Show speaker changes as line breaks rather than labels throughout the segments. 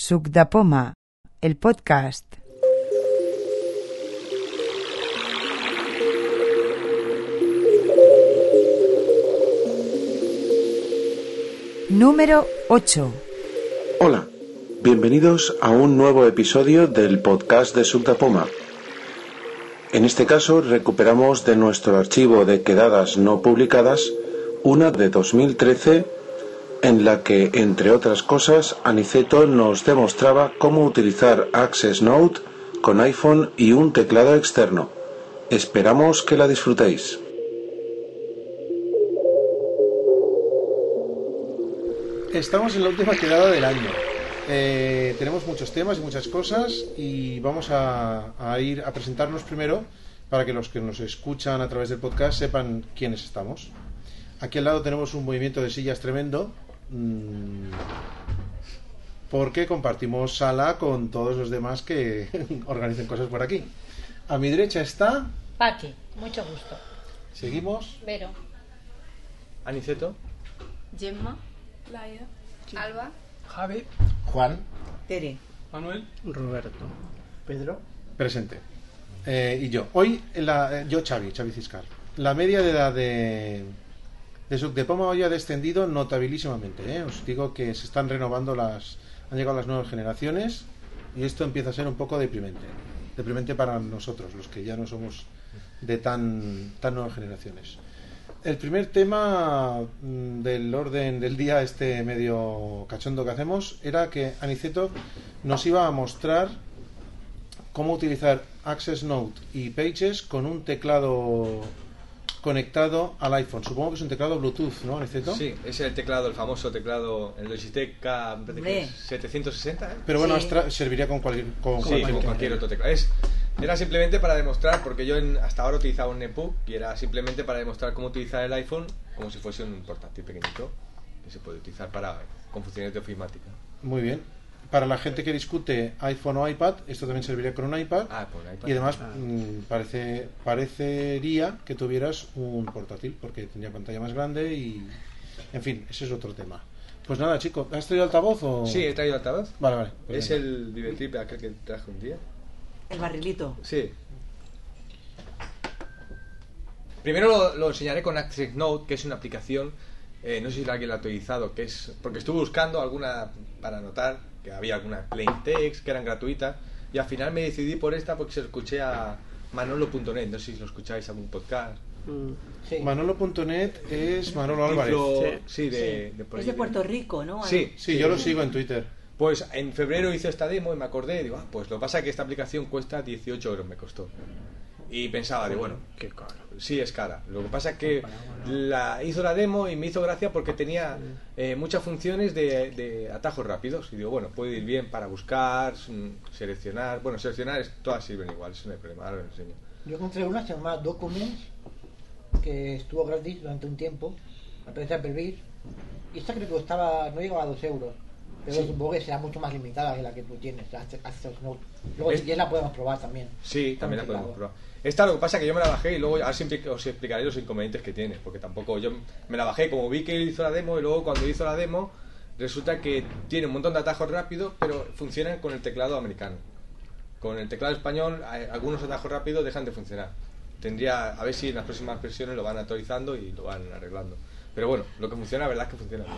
Suc de Poma, el podcast. Número 8.
Hola, bienvenidos a un nuevo episodio del podcast de Subdapoma. En este caso recuperamos de nuestro archivo de quedadas no publicadas una de 2013 en la que, entre otras cosas, Aniceto nos demostraba cómo utilizar Access Note con iPhone y un teclado externo. Esperamos que la disfrutéis.
Estamos en la última quedada del año. Eh, tenemos muchos temas y muchas cosas y vamos a, a ir a presentarnos primero para que los que nos escuchan a través del podcast sepan quiénes estamos. Aquí al lado tenemos un movimiento de sillas tremendo mm, porque compartimos sala con todos los demás que organizan cosas por aquí. A mi derecha está,
Paqui, mucho gusto.
seguimos,
Vero.
Aniceto.
Gemma. Laia. Alba.
Javi.
Juan,
Tere.
Manuel.
Roberto.
Pedro.
presente. Eh, y yo. Hoy, la, eh, yo Xavi, Xavi Ciscar. La media de edad de, de Suc de Poma hoy ha descendido notabilísimamente. ¿eh? Os digo que se están renovando las... Han llegado las nuevas generaciones y esto empieza a ser un poco deprimente. Deprimente para nosotros, los que ya no somos de tan, tan nuevas generaciones. El primer tema mm, del orden del día, este medio cachondo que hacemos, era que Aniceto nos iba a mostrar cómo utilizar Access Note y Pages con un teclado conectado al iPhone. Supongo que es un teclado Bluetooth, ¿no, Aniceto?
Sí, es el teclado, el famoso teclado, el Logitech K, me parece que es 760, ¿eh?
Pero bueno,
Sí.
estra- serviría con, cualquier con
Sí,
cualquier-
como cualquier otro teclado. Es, era simplemente para demostrar, porque yo en- hasta ahora utilizaba un netbook y era simplemente para demostrar cómo utilizar el iPhone como si fuese un portátil pequeñito que se puede utilizar para con funciones de ofimática.
Muy bien. Para la gente que discute iPhone o iPad, esto también serviría con un iPad.
Ah, por iPad.
y además mm, parece, parecería que tuvieras un portátil porque tenía pantalla más grande y... En fin, ese es otro tema. Pues nada, chico, ¿has traído altavoz o...?
Sí, he traído altavoz.
Vale, vale. pues
Es
venga.
el Vivetrip aquel que traje un día.
El barrilito.
Sí. Primero lo, lo enseñaré con Access Note, que es una aplicación, eh, no sé si alguien la ha utilizado, que es porque estuve buscando alguna para anotar, que había alguna plain text, que eran gratuitas, y al final me decidí por esta porque se lo escuché a manolo.net, no sé si lo escucháis algún podcast.
Mm,
Manolo.net es Manolo Álvarez.
Inflo- sí, de, por
Es
ahí
de Puerto Rico, ¿no?
Sí,
Sí, yo lo sigo en Twitter.
Pues en febrero hice esta demo y me acordé, y digo, ah, pues lo que pasa es que esta aplicación cuesta 18 euros, me costó. Y pensaba, de bueno,
Qué caro.
Sí, es cara. Lo que pasa es que la hizo la demo y me hizo gracia porque tenía eh, muchas funciones de, de atajos rápidos. Y digo, bueno, puede ir bien para buscar, mm, seleccionar. Bueno, seleccionar es- todas sirven igual, eso no hay problema, ahora lo enseño.
Yo encontré una llamada Documents que estuvo gratis durante un tiempo. Me parece a Pervir. Y esta creo que costaba, no llegaba a 2 euros. Pero supongo que será mucho más limitada que la que tú tienes, la Acce- Access Note. Luego,
Es-
si quieres, la podemos probar también.
Sí, también la
Con
podemos
teclado.
probar. Esta lo que pasa es que yo me la bajé y luego ahora siempre os explicaré los inconvenientes que tiene, porque tampoco yo me la bajé como vi que hizo la demo y luego cuando hizo la demo resulta que tiene un montón de atajos rápidos, pero funcionan con el teclado americano. Con el teclado español a- algunos atajos rápidos dejan de funcionar. Tendría a ver si en las próximas versiones lo van actualizando y lo van arreglando. Pero bueno, lo que funciona, la verdad es que funciona bien.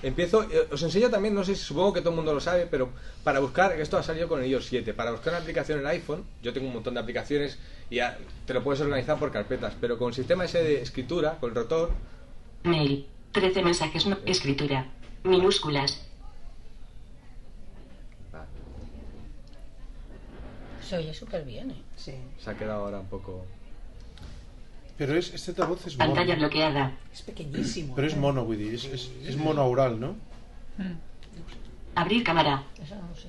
Empiezo, eh, os enseño también, no sé si supongo que todo el mundo lo sabe, pero para buscar, esto ha salido con el iOS 7, para buscar una aplicación en iPhone, yo tengo un montón de aplicaciones y ya te lo puedes organizar por carpetas, pero con el sistema ese de escritura, con el rotor,
Mail. 13 mensajes no escritura. Minúsculas.
Se oye súper bien, ¿eh?
Sí.
se ha quedado ahora un poco...
Pero es, este altavoz es mono.
Pantalla bloqueada.
Es pequeñísimo.
Pero es
¿eh?
mono, Woody, es, es, es monoural, ¿no?
Abrir cámara.
Eso no sé.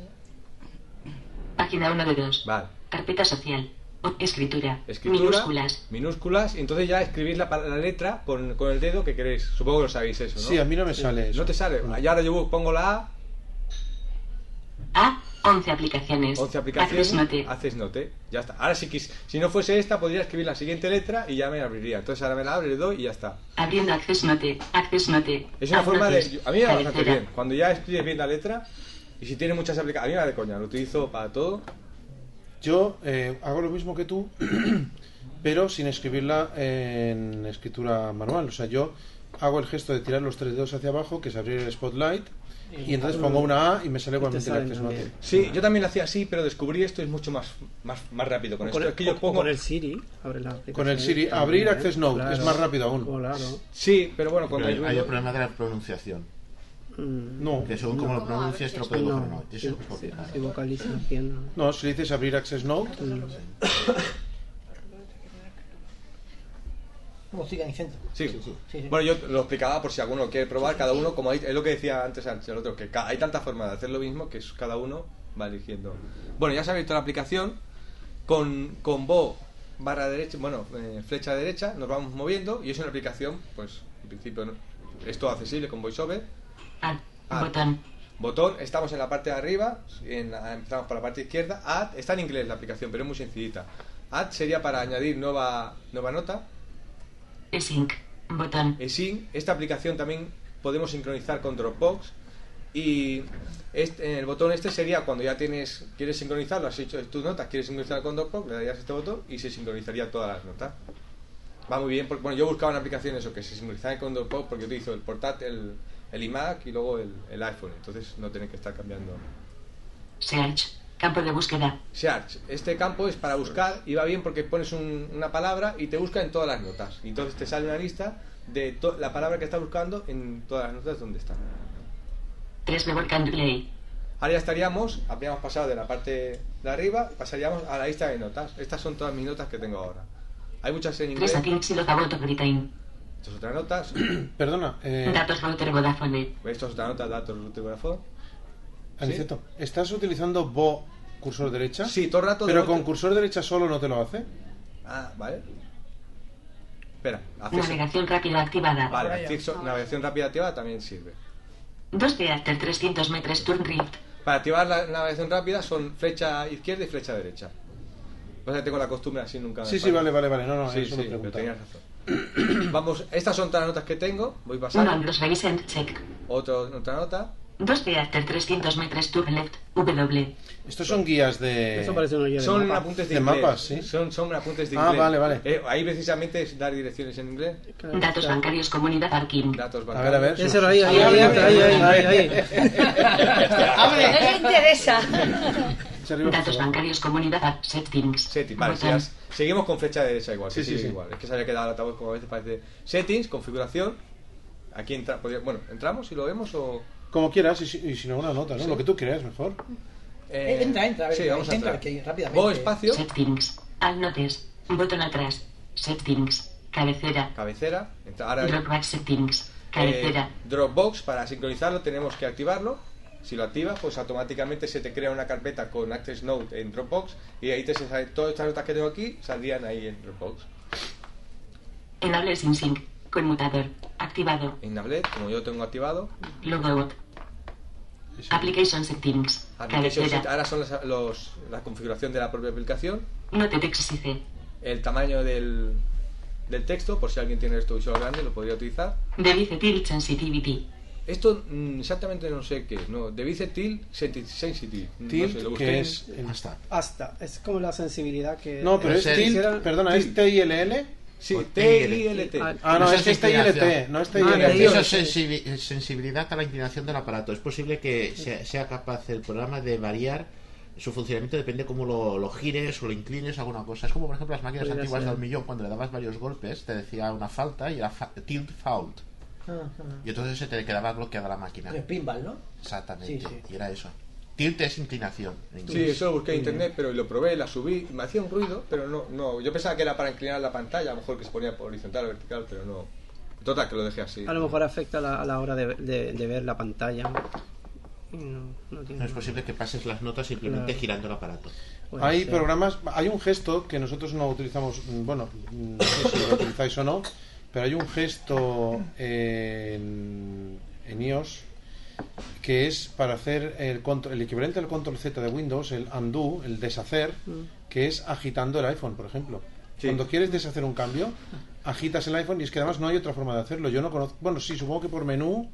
Página 1 de 2.
Vale.
Carpeta social. O- escritura.
Escritura,
Minúsculas.
minúsculas, y entonces ya escribís la, pa- la letra con, con el dedo que queréis. Supongo que lo sabéis eso, ¿no?
Sí, a mí no me sale eso.
No te sale. Y ahora yo bu- pongo la A,
A. 11 aplicaciones.
11 aplicaciones,
Access Note.
haces note, ya está. Ahora si, quis- si no fuese esta, podría escribir la siguiente letra y ya me abriría. Entonces ahora me la abre, le doy y ya está.
Abriendo Access Note. Access Note.
Es una
Haz
forma
notes.
de... A mí me va bastante
Cabecera.
bien. Cuando ya escribes bien la letra, Y si tiene muchas aplicaciones, a mí me da de coña, lo utilizo para todo.
Yo eh, hago lo mismo que tú, pero sin escribirla en escritura manual. O sea, yo hago el gesto de tirar los tres dedos hacia abajo, que es abrir el spotlight, y entonces pongo una A y me sale igualmente el
Este sale
acceso a una
también.
tele.
Sí, yo también lo hacía así, pero descubrí esto y es mucho más, más, más rápido con,
Con
esto.
el,
es que yo
o-
pongo...
con el Siri, abre la aplicación
Con el Siri,
también,
abrir
¿eh?
Access Note, es más rápido aún.
Claro.
Sí, pero bueno, con
Pero hay,
el
hay
Windows-
el problema de la pronunciación.
Mm,
No,
Que según como lo pronuncias, te lo puede coger o no.
no,
Y eso
si,
es complicado.
si vocalizas bien. ¿no?
no, si le dices abrir Access Note,
Música en centro.
Sí.
sí.
Bueno, yo lo explicaba por si alguno lo quiere probar. Cada uno, como hay- es lo que decía antes el otro, que ca- hay tantas formas de hacer lo mismo que es- cada uno va eligiendo. Bueno, ya se ha abierto la aplicación. Con, con Bo barra derecha, bueno, eh, flecha derecha, nos vamos moviendo y es una aplicación, pues en principio ¿no? es todo accesible con VoiceOver. Ah,
Add.
Add.
Botón.
Botón, estamos en la parte de arriba, en la- empezamos por la parte izquierda. Add, está en inglés la aplicación, pero es muy sencillita. Add sería para añadir nueva, nueva nota.
Sync. Botón.
Eh, sí, esta aplicación también podemos sincronizar con Dropbox y este- el botón este sería cuando ya tienes quieres sincronizarlo, has hecho tus notas, quieres sincronizar con Dropbox, le darías este botón y se sincronizaría todas las notas. Va muy bien, porque bueno, yo buscaba una aplicación eso, que se sincronizara con Dropbox porque utilizo el portátil, el, el iMac y luego el, el iPhone, entonces no tenéis que estar cambiando.
Search. Campo de búsqueda.
Search, este campo es para buscar y va bien porque pones un- una palabra y te busca en todas las notas. Y entonces te sale una lista de to- la palabra que estás buscando en todas las notas donde está.
3 Rework and Play.
Ahora ya estaríamos, habríamos pasado de la parte de arriba, pasaríamos a la lista de notas. Estas son todas mis notas que tengo ahora. Hay muchas en inglés,
3 Eclipse y About of Britain.
estas otras notas,
perdona, eh,
Datos Router Vodafone.
estas otras notas, datos, ruta y grafo.
Aniceto, ¿estás utilizando Bo cursor derecha?
Sí, todo el rato. de
Pero
otro-
con cursor derecha solo no te lo hace.
Ah, vale. Espera, acceso.
Navegación rápida activada.
Vale, acceso- navegación rápida activada también sirve.
2 de After 300 metros Turn Rift.
Para activar la navegación rápida son flecha izquierda y flecha derecha. Pasa que tengo la costumbre así nunca. me
Sí, sí,
falla.
vale, vale, vale. No, no,
ah, Sí,
eso
sí,
lo
pero
preguntaba.
tenías razón. Vamos, estas son todas las notas que tengo. Voy
1
pasando.
Andros Revise and Check.
Otro, otra nota.
2 de After 300 metros Turn Left. W.
Estos son guías de.
Eso parece una guía de
Son
mapa.
apuntes de,
De
inglés.
mapas, sí.
Son, son apuntes de
Ah,
inglés.
vale, vale.
Eh, ahí precisamente es dar direcciones en inglés.
Claro,
Datos
está.
bancarios Comunidad Parking.
Datos
A ver, a ver.
Eso era ahí, ahí, ahí, ahí, ahí, ahí.
No le interesa.
Se arriba, por
Datos
favor.
bancarios Comunidad Par- Settings.
Settings, vale, si
Botón.
has- seguimos con flecha derecha igual.
Sí,
Sí,
sí,
sí,
sí.
igual. Es que se había quedado el altavoz como a veces parece. Settings, configuración. Aquí entra, podría- bueno, entramos y lo vemos o.
Como quieras, y si, y si no, una nota, ¿no? Lo que tú creas, mejor.
Eh,
Entra, entra, a ver,
sí, vamos a
entra,
entrar.
que rápidamente-
Bo, espacio,
Settings. Al notes. Botón atrás. Settings. Cabecera.
cabecera. Entra, ahora,
Dropbox Settings.
eh,
Cabecera.
Dropbox, para sincronizarlo tenemos que activarlo. Si lo activas, pues automáticamente se te crea una carpeta con Access Note en Dropbox y ahí te sale todas estas notas que tengo aquí saldrían ahí en Dropbox. Eh.
Enable SimSync. Conmutador. Activado.
En Nablet, como yo tengo activado.
Logout. Application Settings.
Application Set-
Cabecera.
ahora son las- los- la configuración de la propia aplicación,
Note text IC.
el tamaño del, del texto, por si alguien tiene esto visual grande, lo podría utilizar.
Device Tilt Sensitivity.
Esto mm, exactamente no sé qué es, no, Device Tilt Sensi- Sensitive. Mm, no
Tilt,
sé, lo busqué
que
en-
es. el-
Hasta.
Hasta, es como la sensibilidad que.
No, pero
Eh,
es
se-
tilt.
hicieron-
Perdona, ¿es TILL?
Sí,
O
T-I-L-T.
Ah,
Ah, no,
Esa
es que es TILT,
inclinación.
no es
Ah,
TILL.
te digo-
Eso es sensibi- sensibilidad a la inclinación del aparato. Es posible que sea, sea capaz el programa de variar su funcionamiento, depende cómo lo, lo gires o lo inclines, alguna cosa. Es como, por ejemplo, las máquinas
Podría
antiguas
ser.
del millón, cuando le dabas varios golpes, te decía una falta y era fa- tilt fault. Y entonces se te quedaba bloqueada la máquina.
Es pinball, ¿no?
Exactamente.
Sí, sí.
Y era eso. Tilt es inclinación. en
Sí,
inglés. Mm.
eso lo busqué en internet, pero lo probé, la subí, me hacía un ruido, pero no, no, yo pensaba que era para inclinar la pantalla, a lo mejor que se ponía por horizontal o vertical, pero no. Total, que lo dejé así.
A lo mejor afecta a la, a la hora de, de- de ver la pantalla. Y No, no tiene
No es
nada.
posible que pases las notas simplemente
Claro.
girando el aparato.
Puede
Hay
ser.
programas, hay un gesto que nosotros no utilizamos, mm, bueno, mm, no sé si lo utilizáis o no, pero hay un gesto en, en iOS que es para hacer el, control, el equivalente al control Z de Windows, el undo, el deshacer,
Mm.
que es agitando el iPhone, por ejemplo.
Sí.
Cuando quieres deshacer un cambio, agitas el iPhone y es que además no hay otra forma de hacerlo. Yo no conozco, bueno, sí, supongo que por menú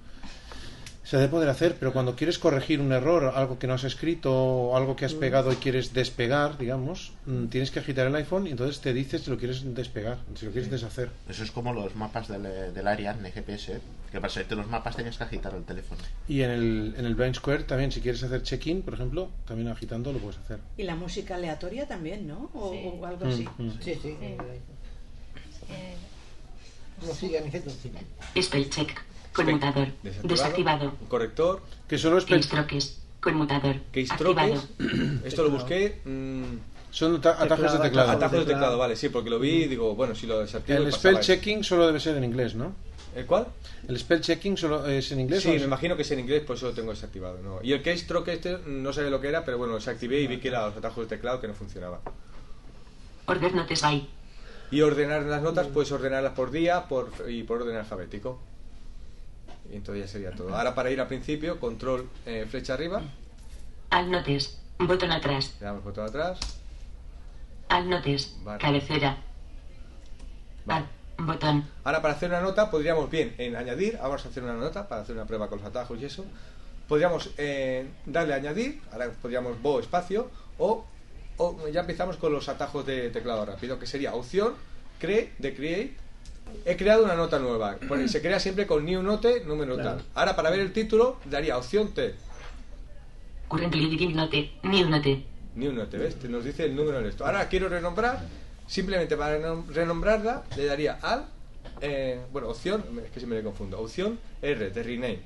se ha de poder hacer, pero cuando quieres corregir un error, algo que no has escrito o algo
Mm.
que has pegado y quieres despegar, digamos, mm, tienes que agitar el iPhone y entonces te dices si lo quieres despegar, si lo quieres deshacer.
Eso es como los mapas del, del Ariadne GPS, que para salirte los mapas tenías que agitar el teléfono.
Y en el, en el Blind Square también, si quieres hacer check-in, por ejemplo, también agitando lo puedes hacer.
Y la música aleatoria también, ¿no? O,
Sí.
o algo así.
Mm, mm.
Sí, sí.
Eh,
No sigue, Aniceto.
Spell check. Conmutador. Desactivado.
Un corrector.
Que solo es
Keystrokes. Conmutador. Activado.
Keystrokes. Esto lo busqué. mm,
Son ta- atajos de teclado.
Atajos de teclado, vale, sí, porque lo vi y digo, bueno, si lo desactivo. y
El
pasaba
spell
esto.
checking solo debe ser en inglés, ¿no?
¿El cuál?
El spell checking solo es en inglés.
Sí,
o
me
es-
imagino que es en inglés, por eso lo tengo desactivado. ¿no? Y el keystroke este, mm, no sabía lo que era, pero bueno, se activé y vi que era los atajos de teclado que no funcionaba.
Order notes by.
Y ordenar las notas, puedes ordenarlas por día por, y por orden alfabético. Y entonces ya sería todo. Ahora para ir al principio, control, eh, flecha arriba,
Al notes. Botón atrás.
le damos botón atrás.
Al notes.
Vale.
Cabecera. Al botón.
Ahora para hacer una nota podríamos bien en añadir, ahora vamos a hacer una nota para hacer una prueba con los atajos y eso. Podríamos eh, darle a añadir, ahora podríamos bo espacio o, o ya empezamos con los atajos de teclado rápido, que sería opción, create, de create. He creado una nota nueva, porque se crea siempre con new note, número
Claro.
tal. Ahora para ver el título daría opción T,
Currently reading note. New note.
Ni uno te ves, te nos dice el número en esto. Ahora quiero renombrar, simplemente para renom- renombrarla le daría al, eh, bueno, opción, es que siempre me confundo, opción R de rename.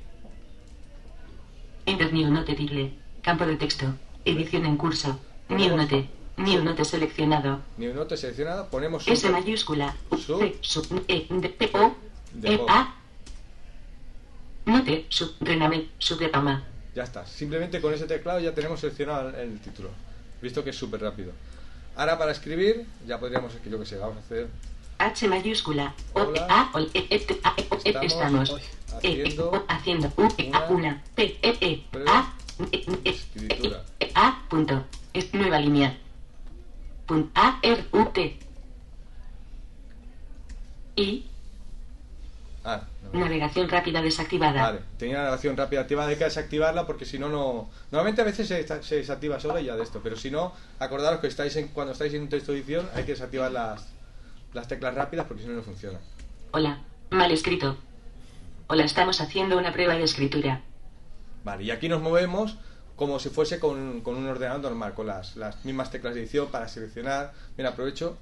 Enter new note title. Campo de texto. Edición en curso. New note. New note seleccionado.
Ni un note seleccionado, ponemos
S
super-
mayúscula.
Sub.
C sub E D P O
de
E
pop.
A. Note sub rename sub de pama.
Ya está, simplemente con ese teclado ya tenemos seleccionado el, el título, visto que es súper rápido. Ahora para escribir, ya podríamos, yo que sé, vamos a hacer,
H mayúscula. O
Hola.
A O E E T A E O E
Estamos
estamos. E E
haciendo
O haciendo U E A una P E E
prueba
A E E
escritura.
E, A punto. Es nueva línea. Punto A R U T. Y
Ah, no.
navegación rápida desactivada.
Vale, tenía la navegación rápida activada, hay que desactivarla porque si no, no... Normalmente a veces se, desa- se desactiva sola y ya de esto, pero si no, acordaros que estáis en, cuando estáis en un texto de edición hay que desactivar las, las teclas rápidas porque si no, no funciona.
Hola. Mal escrito. Hola, estamos haciendo una prueba de escritura.
Vale, y aquí nos movemos como si fuese con, con un ordenador normal, con las, las mismas teclas de edición para seleccionar. Mira, aprovecho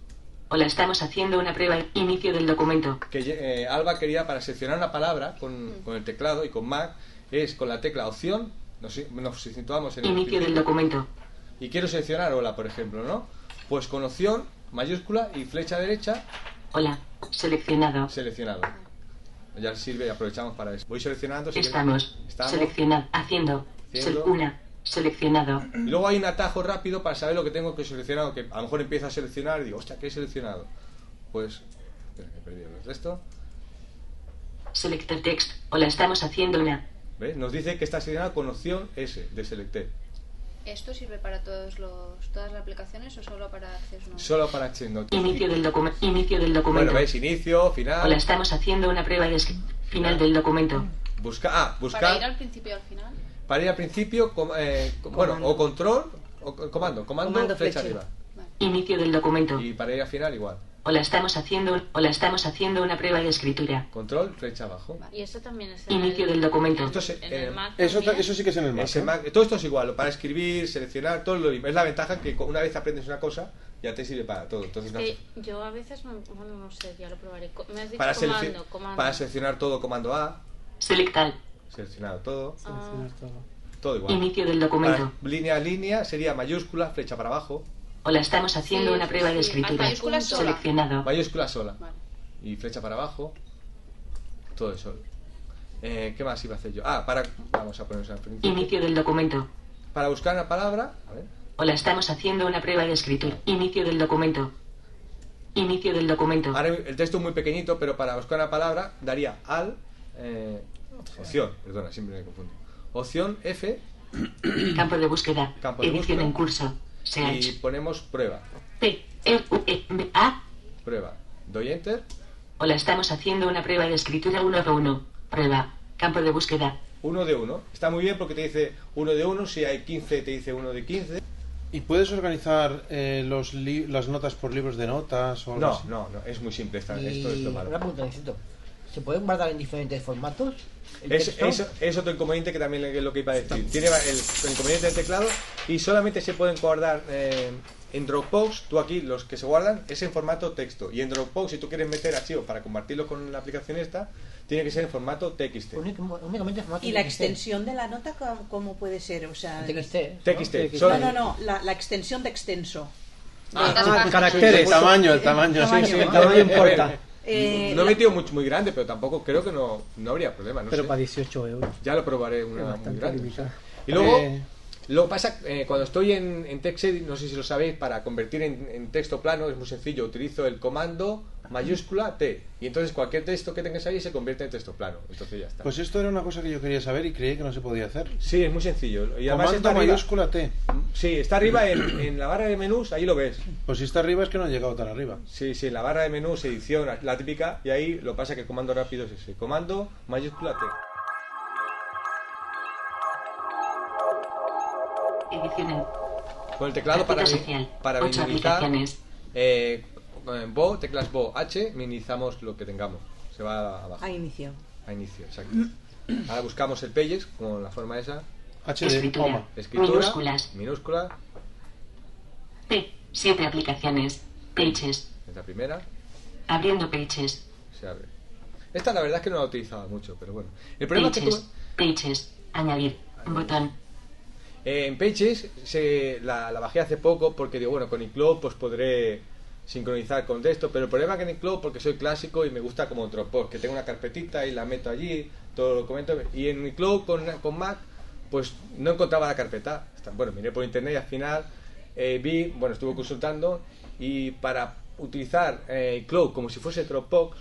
Hola, estamos haciendo una prueba. Inicio del documento.
que eh, Alba quería para seleccionar una palabra con, con el teclado y con Mac es con la tecla opción, nos, nos situamos en el
Inicio del
principio.
documento.
y quiero seleccionar hola, por ejemplo, ¿no? Pues con opción, mayúscula y flecha derecha,
Hola. Seleccionado.
seleccionado. Ya sirve, aprovechamos para eso. Voy seleccionando. si
Estamos.
queréis. Estamos.
Seleccionado. Haciendo.
Haciendo.
Sel- una. Seleccionado.
Y luego hay un atajo rápido para saber lo que tengo que seleccionar, que a lo mejor empiezo a seleccionar y digo, hostia, ¿qué he seleccionado? Pues, espera, que he perdido el resto.
Selector text. Hola, estamos haciendo una.
¿Ves? Nos dice que está seleccionado con opción S de selecté.
¿Esto sirve para todos los, todas las aplicaciones o solo para acceso no?
Solo para Xenote.
Inicio del, docu- inicio del documento.
Bueno, veis, inicio, final.
Hola, estamos haciendo una prueba de escri- Final del documento.
Busca, ah, buscar.
Para ir al principio y al final.
Para ir al principio, com- eh, com- bueno,
Comando.
o control, o co- comando, comando,
Comando,
flecha,
flecha.
arriba.
Inicio del documento.
Y para ir al final, igual.
Hola, estamos haciendo, un- hola, estamos haciendo una prueba de escritura.
Control, flecha abajo.
Y eso también es en
Inicio
el,
del documento.
Esto es
en el
en el-
Mac.
Eso, ta- eso sí que es en el Mac.
Ese
¿eh?
Mac- todo esto es igual, para escribir, seleccionar, todo lo mismo. Es la ventaja que co- una vez aprendes una cosa, ya te sirve para todo. Entonces, no
Que
hace-
yo a veces, me- bueno, no sé, ya lo probaré. Co- Me has dicho
para,
comando,
selec-
comando.
para seleccionar todo, comando A,
Selectal.
seleccionado todo,
Ah,
todo igual.
Inicio del documento.
Para- línea a línea sería mayúscula, flecha para abajo,
Hola, estamos haciendo
Sí,
una prueba
sí,
de
sí.
escritura.
Hasta mayúscula sola.
Seleccionado.
mayúscula sola y flecha para abajo, todo eso. Eh, ¿Qué más iba a hacer yo? Ah, para. Vamos a ponernos al principio.
Inicio del documento.
Para buscar una palabra, a ver,
Hola, estamos haciendo una prueba de escritura. Inicio del documento. Inicio del documento.
Ahora el texto es muy pequeñito, pero para buscar una palabra daría al. eh, opción, perdona, siempre me confundo. Opción F
Campo de búsqueda.
Campo de
Edición
búsqueda.
en curso.
y
Search.
ponemos prueba.
P. E. U. E. M. A.
Prueba. Doy enter.
Hola, estamos haciendo una prueba de escritura 1 1. Prueba. Campo de búsqueda.
uno de uno. Está muy bien porque te dice uno de uno, si hay 15 te dice uno de 15.
¿Y puedes organizar eh, los li- las notas por libros de notas o algo
No,
así?
no, no, es muy simple. Está,
Y
esto es lo malo.
una pregunta, necesito. ¿Se pueden guardar en diferentes formatos? ¿El
Es,
texto?
es- es otro inconveniente que también es lo que iba a decir. Tiene va- el, el inconveniente del teclado y solamente se pueden guardar eh, en Dropbox. Tú aquí los que se guardan es en formato texto. Y en Dropbox, si tú quieres meter archivos para compartirlos con la aplicación esta, tiene que ser en formato TXT.
Únicamente formato
¿Y la
TXT.
extensión de la nota co- cómo puede ser? O sea,
TXT.
TXT.
No,
solo-
no, no, la, la extensión de extenso.
Ah,
De-
ah, caracteres.
El tamaño, el tamaño,
Sí, sí, el tamaño importa.
Eh,
no he
la-
metido mucho, muy grande, pero tampoco creo que no, no habría problema. No
Pero
sé.
para 18 euros.
Ya lo probaré
Es
una muy
bastante
grande.
limitado.
Y luego,
Eh.
luego pasa, eh, cuando estoy en, en TextEdit, no sé si lo sabéis, para convertir en, en texto plano es muy sencillo. Utilizo el comando mayúscula T. Y entonces cualquier texto que tengas ahí se convierte en texto plano. Entonces ya está.
Pues esto era una cosa que yo quería saber y creí que no se podía hacer.
Sí, es muy sencillo. Y además está
Comando
arriba,
mayúscula T.
sí, está arriba en, en la barra de menús, ahí lo ves.
Pues si está arriba es que no ha llegado tan arriba.
Sí, sí, en la barra de menús, edición, la típica, y ahí lo pasa que el comando rápido es ese. Comando mayúscula T.
Edición en
Con el teclado para,
Tarjeta
mi-
social.
para
Ocho
minimizar.
aplicaciones.
Eh, en Bo, teclas Bo H, minimizamos lo que tengamos. Se va abajo.
A inicio.
A inicio, exacto. Ahora buscamos el Pages con la forma esa.
H de Escritura. coma.
Escritura.
Minúsculas.
Minúscula,
P. 7 aplicaciones. Pages.
es la primera.
Abriendo pages.
Se abre. Esta la verdad es que no la utilizaba mucho, pero bueno. El problema es que
Pages. Pages. Añadir. Botón.
Eh, en Pages se, la, la bajé hace poco porque digo, bueno, con iCloud pues podré sincronizar con texto, pero el problema es que en iCloud, porque soy clásico y me gusta como Dropbox, que tengo una carpetita y la meto allí, todo lo comento, y en iCloud con, con Mac pues no encontraba la carpeta. Hasta- Bueno, miré por internet y al final eh, vi, bueno, estuve consultando y para utilizar eh, iCloud como si fuese Dropbox,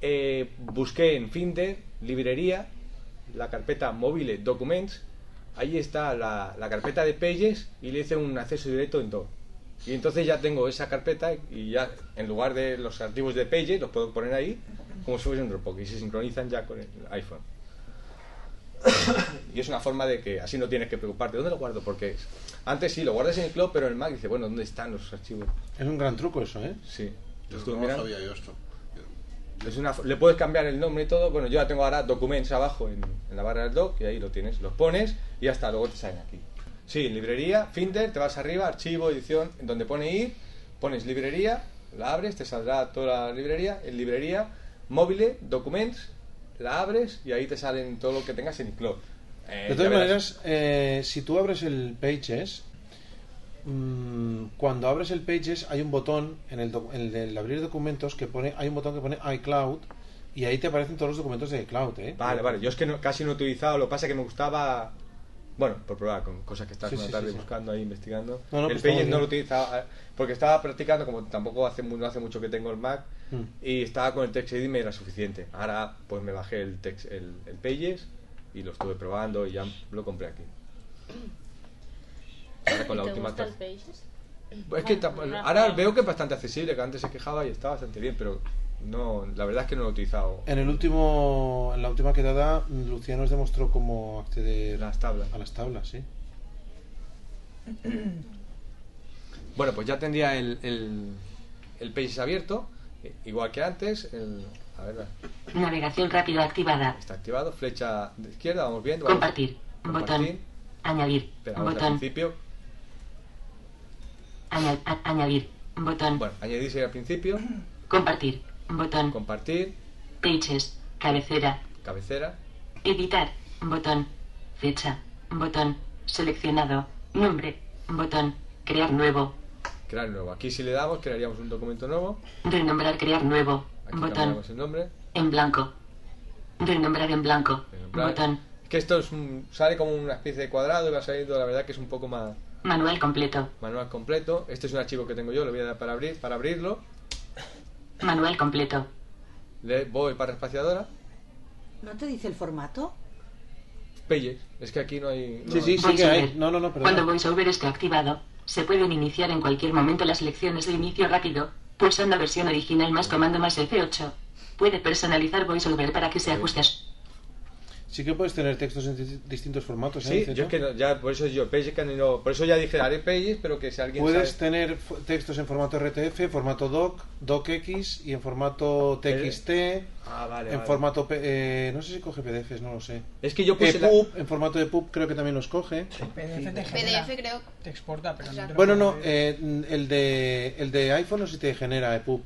eh, busqué en Finder, librería, la carpeta móvil Documents, ahí está la, la carpeta de Pages y le hice un acceso directo en todo. Y entonces ya tengo esa carpeta y ya en lugar de los archivos de Pages los puedo poner ahí como si fuese un Dropbox y se sincronizan ya con el iPhone. y es una forma de que así no tienes que preocuparte. ¿Dónde lo guardo? Porque antes sí, lo guardas en el cloud, pero en el Mac dice, bueno, ¿dónde están los archivos?
Es un gran truco eso, ¿eh?
Sí.
Yo
Estuve
no
mirando.
sabía
yo esto.
Es una fo- le puedes cambiar el nombre y todo. Bueno, yo la tengo ahora documentos abajo en, en la barra del doc y ahí lo tienes. Los pones y hasta luego te salen aquí. Sí, librería, Finder, te vas arriba, archivo, edición, en donde pone ir, pones librería, la abres, te saldrá toda la librería, en librería, móvil, documentos, la abres y ahí te salen todo lo que tengas en iCloud. Eh,
De
ya
todas
verás.
maneras, eh, si tú abres el Pages, mm, cuando abres el Pages hay un botón en el, doc- en el del abrir documentos que pone, hay un botón que pone iCloud y ahí te aparecen todos los documentos de iCloud, ¿eh?
Vale, vale. Yo es que no- casi no he utilizado. Lo que pasa es que me gustaba. Bueno, por probar, con cosas que estás
Sí,
una
sí,
tarde
sí, sí.
buscando ahí, investigando.
No, no,
el
pues está
Pages
muy
no
bien.
lo utilizaba. eh, Porque estaba practicando, como tampoco hace, mu- no hace mucho que tengo el Mac.
Mm.
Y estaba con el TextEdit y me era suficiente. Ahora, pues me bajé el, text, el, el Pages y lo estuve probando y ya lo compré aquí. Ahora con la
¿Te
última
gusta el
actualización.
Pages?
Pues es que
Bueno,
tampoco-
no,
ahora
no.
veo que es bastante accesible, que antes se quejaba y está bastante bien, pero no, la verdad es que no lo he utilizado.
En el último, en la última quedada, mm, Luciano nos demostró cómo acceder
las tablas.
a las tablas, sí.
Bueno, pues ya tendría el, el, el Pages abierto, eh, igual que antes. El, a ver,
Navegación rápida activada.
está activado, flecha de izquierda, vamos viendo. vamos-
Compartir. Botón.
Compartir.
Añadir.
Espera, vamos al
Botón.
principio.
Aña- a- añadir. Botón.
Bueno, añadirse al principio.
Compartir. Botón.
Compartir.
Pages. Cabecera.
Cabecera.
Editar. Botón. Fecha. Botón. Seleccionado. Nombre. Botón. Crear nuevo.
Crear nuevo. Aquí si le damos, crearíamos un documento nuevo.
Renombrar. Crear nuevo.
Aquí
Botón.
cambiamos el nombre.
En blanco. Renombrar en blanco.
plan-
Botón.
Es que esto es un- sale como una especie de cuadrado y va saliendo, la verdad que es un poco más
Manual completo.
manual completo. Este es un archivo que tengo yo, lo voy a dar para abrir, para abrirlo.
Manual completo.
Le voy para espaciadora.
¿No te dice el formato?
Pages. Es que aquí no hay. no
Sí, sí,
hay-
sí que hay. No, no, no, perdón.
Cuando VoiceOver esté activado, se pueden iniciar en cualquier momento las lecciones de inicio rápido, pulsando versión original más comando más F8. Puede personalizar VoiceOver para que se ajuste a su
Sí que puedes tener textos en dis- distintos formatos. ¿eh?
Sí,
Dice,
yo
¿no?
es que no- ya, por eso yo, PageCan y no, por eso ya dije, haré Pages, pero que si alguien
Puedes
sabe-
tener f- textos en formato RTF, formato DOC, DOCX y en formato TXT,
Ah, vale,
en
vale.
formato... P- eh, no sé si coge PDFs, no lo sé.
Es que yo puse la-
EPUB, En formato de PUB creo que también los coge.
PDF te genera.
PDF creo.
Te exporta, pero no te lo
Bueno, no,
puede-
eh, el, de, el de iPhone no sé si te genera eh. EPUB.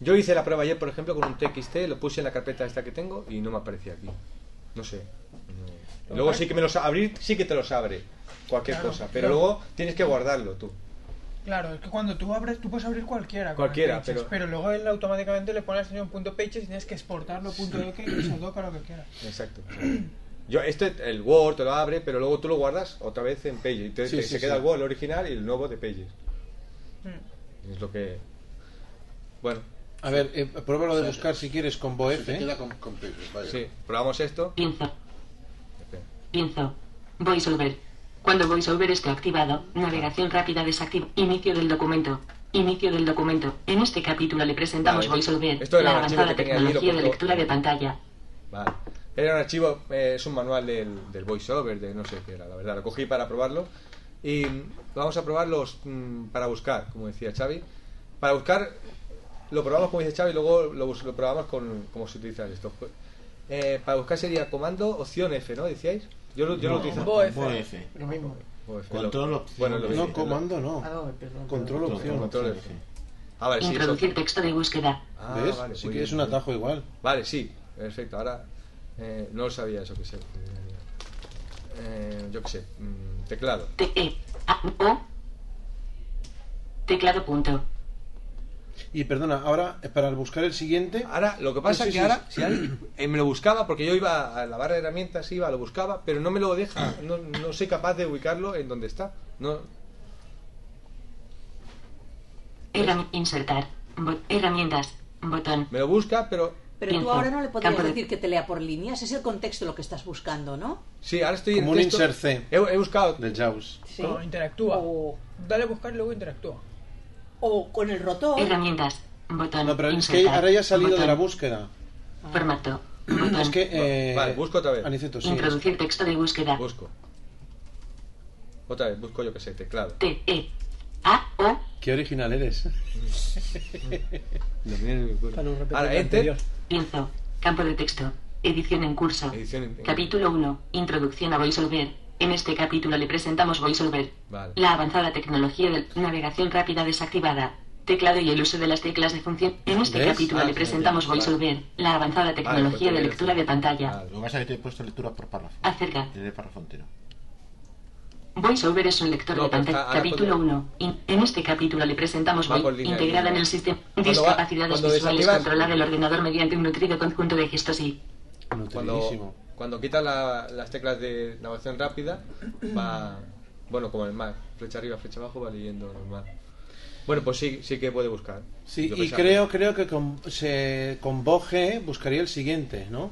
Yo hice la prueba ayer, por ejemplo, con un TXT, lo puse en la carpeta esta que tengo y no me aparecía aquí. No sé. No. Luego sí que me los abrir, sí que te los abre cualquier
Claro,
cosa, pero
claro.
luego tienes que guardarlo tú.
Claro, es que cuando tú abres, tú puedes abrir cualquiera. con
Cualquiera,
el Pages,
pero-
luego él automáticamente le pones en un punto pages y tienes que exportarlo punto doc y se doca lo que quieras.
Exacto. Yo este el Word te lo abre, pero luego tú lo guardas otra vez en Pages, entonces
Sí,
te-
sí,
se queda
sí.
el Word el original y el nuevo de Pages. Es lo que bueno,
A ver, eh, pruébalo de buscar eh. si quieres con BOF.
se te queda
con,
sí, probamos esto.
Pinzo. Pinzo. VoiceOver. Cuando VoiceOver esté activado, navegación rápida desactiva. Inicio del documento. Inicio del documento. En este capítulo le presentamos
Vale, esto-
VoiceOver,
esto era
la
el archivo
avanzada
que tenía aquí, lo
tecnología de
pongo.
lectura de pantalla.
Vale. Era un archivo, eh, es un manual del, del voiceover, de no sé qué era, la verdad. Lo cogí para probarlo. Y mm, vamos a probarlos mm, para buscar, como decía Xavi. Para buscar, lo probamos como dice Xavi, luego lo, bus- lo probamos con cómo se utiliza esto. Eh, para buscar sería comando opción F, ¿no? Decíais. Yo, lo- yo lo
No,
utilizo.
BOF. BOF. Lo
mismo.
BOF,
Control,
lo-
opción,
Pues, Bueno, lo
F.
mismo.
No, comando no.
Ah, no, perdón.
Control
Control,
opción.
control F. Ah, vale, sí. eso-
Introducir Eh, texto de búsqueda.
Ah,
¿Ves?
vale,
sí
muy
que
bien.
es un atajo igual.
Vale, sí, perfecto. Ahora eh, no lo sabía eso que sé. Eh, yo qué sé, mm, teclado.
T E A O teclado punto.
Y perdona, ahora eh, para buscar el siguiente.
Ahora, lo que pasa es que ahora, si alguien, eh, me lo buscaba, porque yo iba a la barra de herramientas, iba, lo buscaba, pero no me lo deja, no, no soy capaz de ubicarlo en donde está. No,
Herrami- insertar. Bo- herramientas. Botón.
me lo busca, pero
Pero tú
Pienso.
ahora no le podrías
Campo de-
decir que te lea por líneas, es el contexto lo que estás buscando, ¿no?
sí, ahora estoy
Como
en
un
texto.
insert C.
He, he buscado.
Del Jaws.
No, interactúa. Dale a buscar y luego interactúa.
O con el rotor.
Herramientas. Botón.
No, pero es que
insertar.
ahora ya ha salido
Botón.
de la búsqueda.
Formato.
Es que. eh,
Vale, busco otra vez.
Aniceto, sí.
Introducir texto de búsqueda.
Busco. Otra vez, busco yo que sé, teclado.
T E A O
Qué original eres.
Lo tenía en el cuerpo. Ahora, este.
el
enter.
Pienso. Campo de texto. Edición en curso.
Edición en- en-
Capítulo 1. Introducción a VoiceOver. En este capítulo le presentamos VoiceOver.
Vale.
La avanzada tecnología de navegación rápida desactivada. Teclado y el uso de las teclas de función. En este
¿Ves?
capítulo
Ah,
le
sí,
presentamos
sí, vale.
VoiceOver. La avanzada
pues te
tecnología
voy a
de
decir.
lectura de pantalla.
Lo que pasa es que te he puesto lectura por párrafo.
Acerca.
Te doy párrafo entero.
VoiceOver es un lector
No,
de
pero
pantalla.
está- ahora
capítulo 1. En este capítulo le presentamos
Va por
Voi-
línea,
integrada
línea.
en el sistema.
Cuando va-
Discapacidades
cuando
visuales
desactivas-
controlada del ordenador mediante un nutrido conjunto de gestos y.
Cuando, cuando quitas la- las teclas de navegación rápida, va. Bueno, como el Mac, flecha arriba, flecha abajo, va leyendo normal. Bueno, pues sí, sí que puede buscar.
Sí,
Yo
y
pensaba-
creo, creo que con, se, con Boge buscaría el siguiente, ¿no?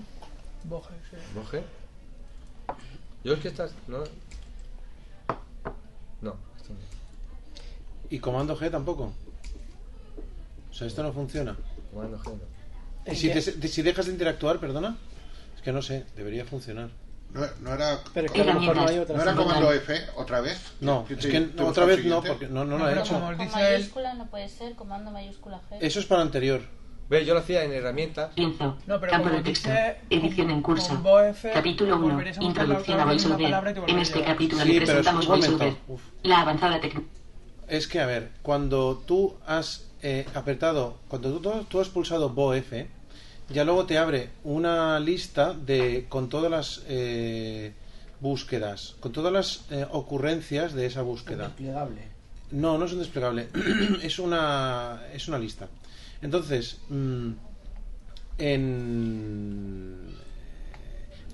Boje, sí.
¿Boje? Yo es que estás. No. No. esto no.
Y comando G tampoco. O sea, esto no funciona.
Comando G.
Y si, te- te- si dejas de interactuar, perdona. Es que no sé, debería funcionar.
No, no era,
Pero es que a lo mejor no hay otra
¿no era
forma.
comando F otra vez.
No,
¿Te-
es
te- te
que
busca
no, otra
el
vez no,
siguiente?
porque no, no lo ha hecho.
Con mayúscula no puede ser, comando mayúscula G.
Eso es para anterior.
Ve, yo lo hacía en herramientas.
No, pero
Campo de
como
texto.
dice,
Edición en curso.
BOF,
Capítulo 1.
volverás a buscar la
Introducción a
otra misma palabra y
VoiceOver.
te
En
volverás a
este
llevar.
capítulo
Sí,
le
pero
presentamos
es un momento.
VoiceOver.
Uf.
La avanzada tecnología.
Es que, a ver, cuando tú has eh, apretado, cuando tú, tú has pulsado BOF, ya luego te abre una lista de con todas las eh, búsquedas, con todas las eh, ocurrencias de esa búsqueda.
Desplegable.
No, no es un desplegable. es una es una lista. Entonces, mm, en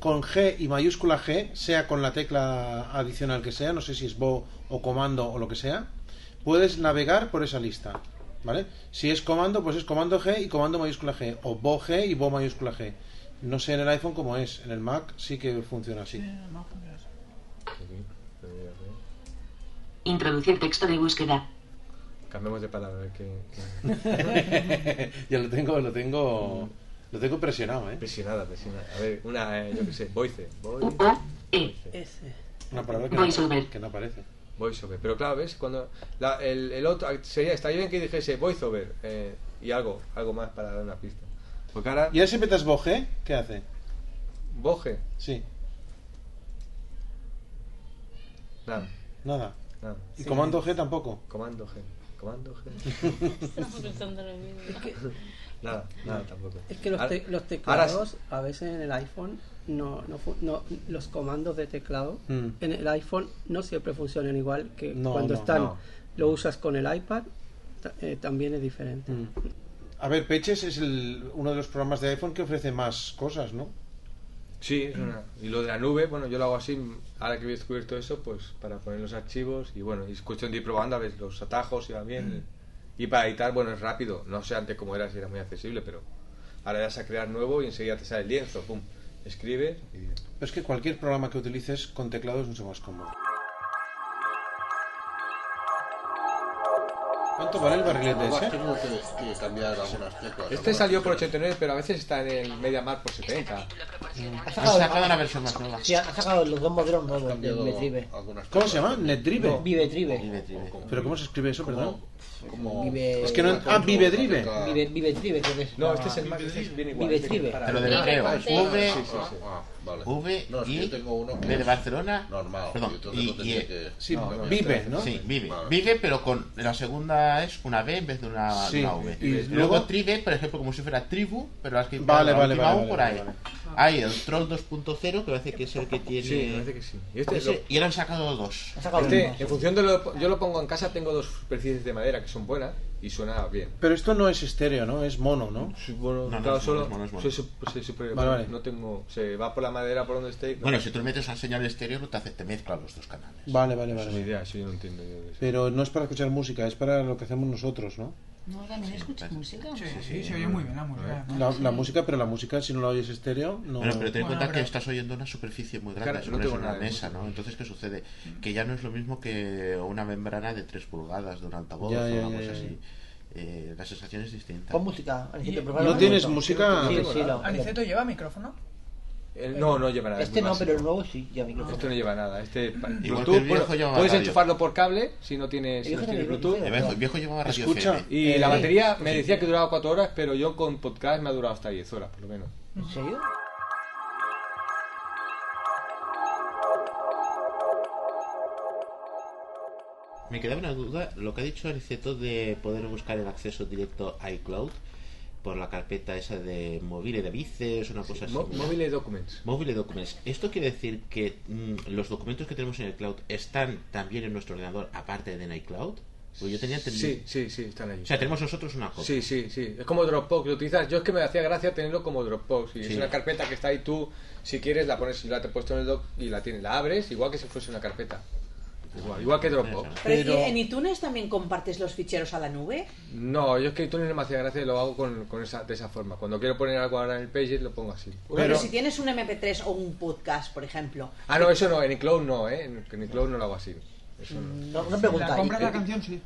con G y mayúscula G, sea con la tecla adicional que sea, no sé si es bo o comando o lo que sea, puedes navegar por esa lista, ¿vale? Si es comando, pues es comando G y comando mayúscula G o bo G y bo mayúscula G. No sé en el iPhone cómo es, en el Mac sí que funciona así.
Introducir texto de búsqueda.
Cambiamos de palabra. a ver qué- qué-
ya lo tengo, lo tengo Lo tengo presionado, ¿eh?
Presionada, presionada. A ver, una, eh, yo qué sé, voice. voice.
Una palabra que
Voiceover.
no, que no aparece.
Voiceover. Pero claro, ¿ves? Cuando la- el, el otro sería, estaría bien que dijese voiceover eh, y algo, algo más para dar una pista. Porque ahora,
¿Y ahora siempre te das boje? ¿Qué hace?
boje,
Sí,
nada.
nada.
nada.
¿Y comando G tampoco?
Ah. Comando G. Comando G. nada, nada tampoco.
Es que los,
Ahora-
te- los
ahora
teclados, a veces en el iPhone, no, no, fu- no- los comandos de teclado
Mm.
en el iPhone no siempre funcionan igual que
No,
cuando
no,
están
no.
lo usas con el iPad, ta- eh, también es diferente.
Mm.
A ver, Peches es el- uno de los programas de iPhone que ofrece más cosas, ¿no?
Sí, es una- y lo de la nube, bueno, yo lo hago así, ahora que he descubierto eso, pues para poner los archivos y bueno, es cuestión de ir probando a ver los atajos si va
Mm.
bien. Y para editar, bueno, es rápido, no sé antes cómo era, si era muy accesible, pero ahora das a crear nuevo y enseguida te sale el lienzo, pum, escribes y
Pero es que cualquier programa que utilices con teclado es mucho más cómodo. ¿Cuánto vale el barrilete
Además,
ese?
tengo que, que cambiar algunas teclas.
Este salió por 89, pero a veces está en el MediaMarkt por 70.
Ha sacado, Sí, ha sacado los dos modelos nuevos de Metrive.
¿Cómo se llama? ¿Netdrive?
No, Vivetrive.
¿Pero cómo se escribe eso, perdón?
Vive-
Es que no... Ah, Vivedrive.
Vive, Vivetrive, creo que es.
No, este es el más, este es bien igual.
Vivetrive.
Para-
Pero de
Vive
Mateo,
Mateo.
V,
Sí, sí, sí.
Ah, vale.
V,
No, es que
I,
yo tengo uno que
B de
es
Barcelona,
normal,
perdón,
y otro que
y,
no tendría
y-
que-
sí,
no, no,
vive,
este-
¿no? Sí,
este-
vive,
vale.
vive, pero con la segunda es una B en vez de una,
Sí,
una V.
y
Y
luego-
luego, tribe, por ejemplo, como si fuera tribu, pero has que
Vale,
la
vale,
última
vale,
U por
vale,
ahí.
vale.
Hay el troll 2.0 que parece que es el que tiene.
Sí, me parece que sí. Y este
Ese-
lo-
y ahora han sacado dos.
Este, en función de lo, yo lo pongo en casa, tengo dos superficies de madera que son buenas y suena bien.
Pero esto no es estéreo, ¿no? Es mono, ¿no?
Bueno, claro, solo se sup- se supre-
Vale, vale.
no tengo, se va por la madera por donde esté.
Bueno, si tú le metes al señal estéreo, no te, hace, te mezcla los dos canales.
Vale, vale, vale.
es mi idea, eso yo no entiendo. yo de eso.
Pero no es para escuchar música, es para lo que hacemos nosotros, ¿no?
No, también escuchas música. Sí,
sí, se oye muy bien ¿eh?
la música.
La, la música, pero la música, si no la oyes estéreo, no.
Bueno, pero ten en cuenta que estás oyendo una superficie muy grande,
Claro,
sobre
no tengo
una
nada de
mesa, ¿no? Entonces, ¿qué sucede? Que ya no es lo mismo que una membrana de 3 pulgadas de un altavoz
Ya,
o
ya,
una
ya,
cosa
ya.
así. Eh, la sensación es distinta.
Pon música, Aniceto, por favor.
¿No tienes música?
Sí, sí, lo-
¿Aniceto lleva micrófono?
Eh, no, no lleva nada. es
Este
muy
no,
básico.
pero el nuevo sí, ya micrófono.
Este no lleva nada. Este pa-
que
Bluetooth,
el viejo
bueno,
lleva
puedes
radio.
enchufarlo por cable si no tienes, si no
viejo
tienes
también
Bluetooth.
lleva radio. El viejo lleva radio
Escucha,
FM.
y
Eh,
la batería me
sí.
decía que duraba 4 horas, pero yo con podcast me ha durado hasta 10 horas, por lo menos.
¿En serio?
Me quedaba una duda, lo que ha dicho Ariceto de poder buscar el acceso directo a iCloud por la carpeta esa de móviles de bices, una cosa así.
mo- Mobile Documents.
Móviles documents. ¿Esto quiere decir que mm, los documentos que tenemos en el cloud están también en nuestro ordenador aparte de en iCloud? Pues yo tenía entendido.
Sí, sí, sí, están ahí.
O sea, tenemos nosotros una copia.
Sí, sí, sí. Es como Dropbox, lo utilizas. Yo es que me hacía gracia tenerlo como Dropbox. Y
Sí.
es una carpeta que está ahí tú, si quieres, la pones, yo la te he puesto en el doc y la tienes, la abres, igual que si fuese una carpeta. Igual, igual que Dropbox.
Pero, ¿y ¿En iTunes también compartes los ficheros a la nube?
No, yo es que iTunes no me hacía gracia y lo hago con, con esa, de esa forma. Cuando quiero poner algo ahora en el Pages, lo pongo así.
Pero, si tienes un MP3 o un podcast, por ejemplo.
Ah, no, eso no, en iCloud no, ¿eh? En, en iCloud no lo hago así. Eso no.
No, una pregunta.
La compra de la
¿y-
canción, sí.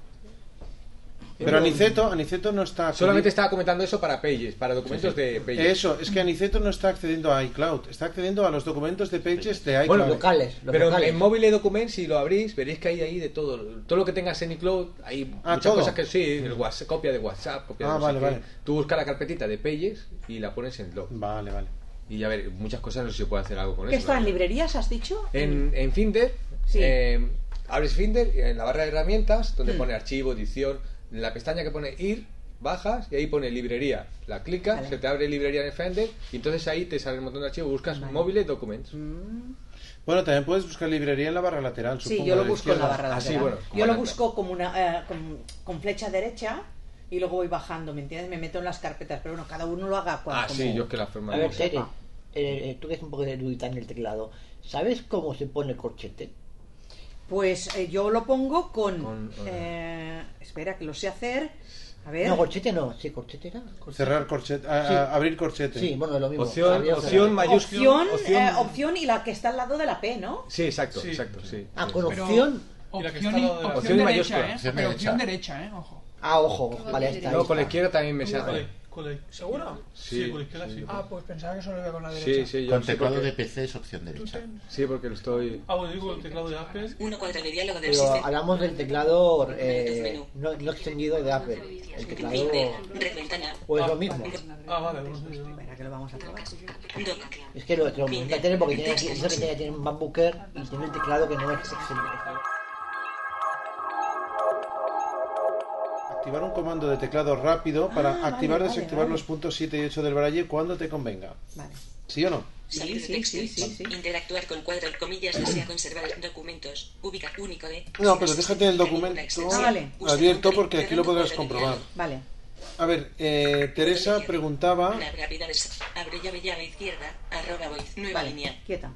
Pero Aniceto, Aniceto no está.
Solamente estaba comentando eso para Pages, para documentos de Pages.
Eso, es que Aniceto no está accediendo a iCloud, está accediendo a los documentos de Pages de iCloud.
Bueno, pero en móvil document, si lo abrís, veréis que hay ahí de todo. Todo lo que tengas en iCloud, hay
Ah,
muchas
todo.
cosas que sí, el WhatsApp, copia de WhatsApp, copia de
Ah,
no sé
vale,
qué.
vale.
Tú buscas la carpetita de Pages y la pones en log.
Vale, vale.
Y ya ver, muchas cosas no sé si se puede hacer algo con
¿Qué
eso.
está
la
en
verdad.
librerías, has dicho?
En, en Finder,
Sí.
eh, abres Finder y en la barra de herramientas, donde
Hmm.
pone archivo, edición, en la pestaña que pone ir, bajas y ahí pone librería. La clicas, se te abre librería en Finder y entonces ahí te sale un montón de archivos, buscas móviles, documentos.
Mm.
Bueno, también puedes buscar librería en la barra lateral,
Sí,
supongo,
yo lo
de
busco en la
izquierda.
barra
Así,
lateral.
Ah, bueno,
yo lo
como
busco como una, eh, con, con flecha derecha y luego voy bajando, ¿me entiendes? Me meto en las carpetas, pero bueno, cada uno lo haga cuando.
Ah, sí, yo es que la forma
A
de-
ver, Tere, eh, eh, tú que es un poco de erudita en el teclado, ¿sabes cómo se pone el corchete?
Pues eh, yo lo pongo con.
Con-
eh, espera, que lo sé hacer. A ver.
No, corchete no, sí, corchete era.
Cerrar corchete, a-
Sí.
a- abrir corchete.
Sí, bueno, lo mismo.
Opción-
Abrir o cerrar.
opción
Opción, eh, opción y la que está al lado de la P, ¿no?
Sí, exacto,
Sí.
exacto, sí.
Ah, con
Pero
opción.
Opción, y- opción derecha, ¿eh? Pero opción derecha, ¿eh? Ojo.
Ah, ojo, vale, está.
No, con la izquierda también me sale.
Vale. Con la- ¿Seguro?
Sí,
con la izquierda sí.
sí.
Ah, pues pensaba que solo iba con la
Sí,
derecha.
sí, yo
Con
sé
teclado
porque-
de PC es opción derecha.
Sí, porque lo estoy.
Ah, bueno, digo el teclado de Apple.
Uno cuadro de diálogo del
Pero
sistema.
hablamos del teclado eh, no, no extendido de Apple. El teclado.
Red ventana.
O es Pues lo mismo.
Ah, vale, bueno,
Espera, que lo vamos a probar.
Es que lo lo monté a tener porque tiene, que- eso que tiene que tener un bambuquer y tiene el teclado que no es extendido.
Activar un comando de teclado rápido para
Ah, vale,
activar o
vale,
desactivar
vale.
los puntos 7 y 8 del braille cuando te convenga.
Vale.
¿Sí o no?
Salir de texto. Interactuar con cuadro. Comillas desea conservar documentos. Ubica único de.
No, pero déjate el documento
Ah, vale.
abierto porque aquí lo podrás comprobar.
Vale.
A ver, eh, Teresa preguntaba,
La gravedad es. Abre llave llave izquierda. Arroba voice. Nueva línea.
Quieta.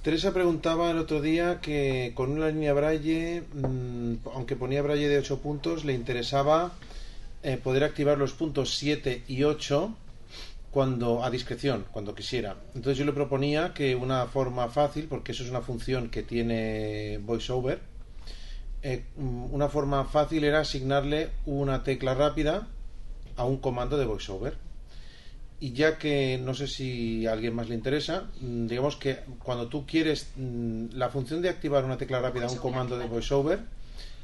Teresa preguntaba el otro día que con una línea braille, mm, aunque ponía braille de 8 puntos, le interesaba eh, poder activar los puntos 7 y 8 cuando a discreción, cuando quisiera. Entonces yo le proponía que una forma fácil, porque eso es una función que tiene VoiceOver, eh, mm, una forma fácil era asignarle una tecla rápida a un comando de VoiceOver. Y ya que no sé si a alguien más le interesa, mm, digamos que cuando tú quieres mm, la función de activar una tecla rápida a un comando de VoiceOver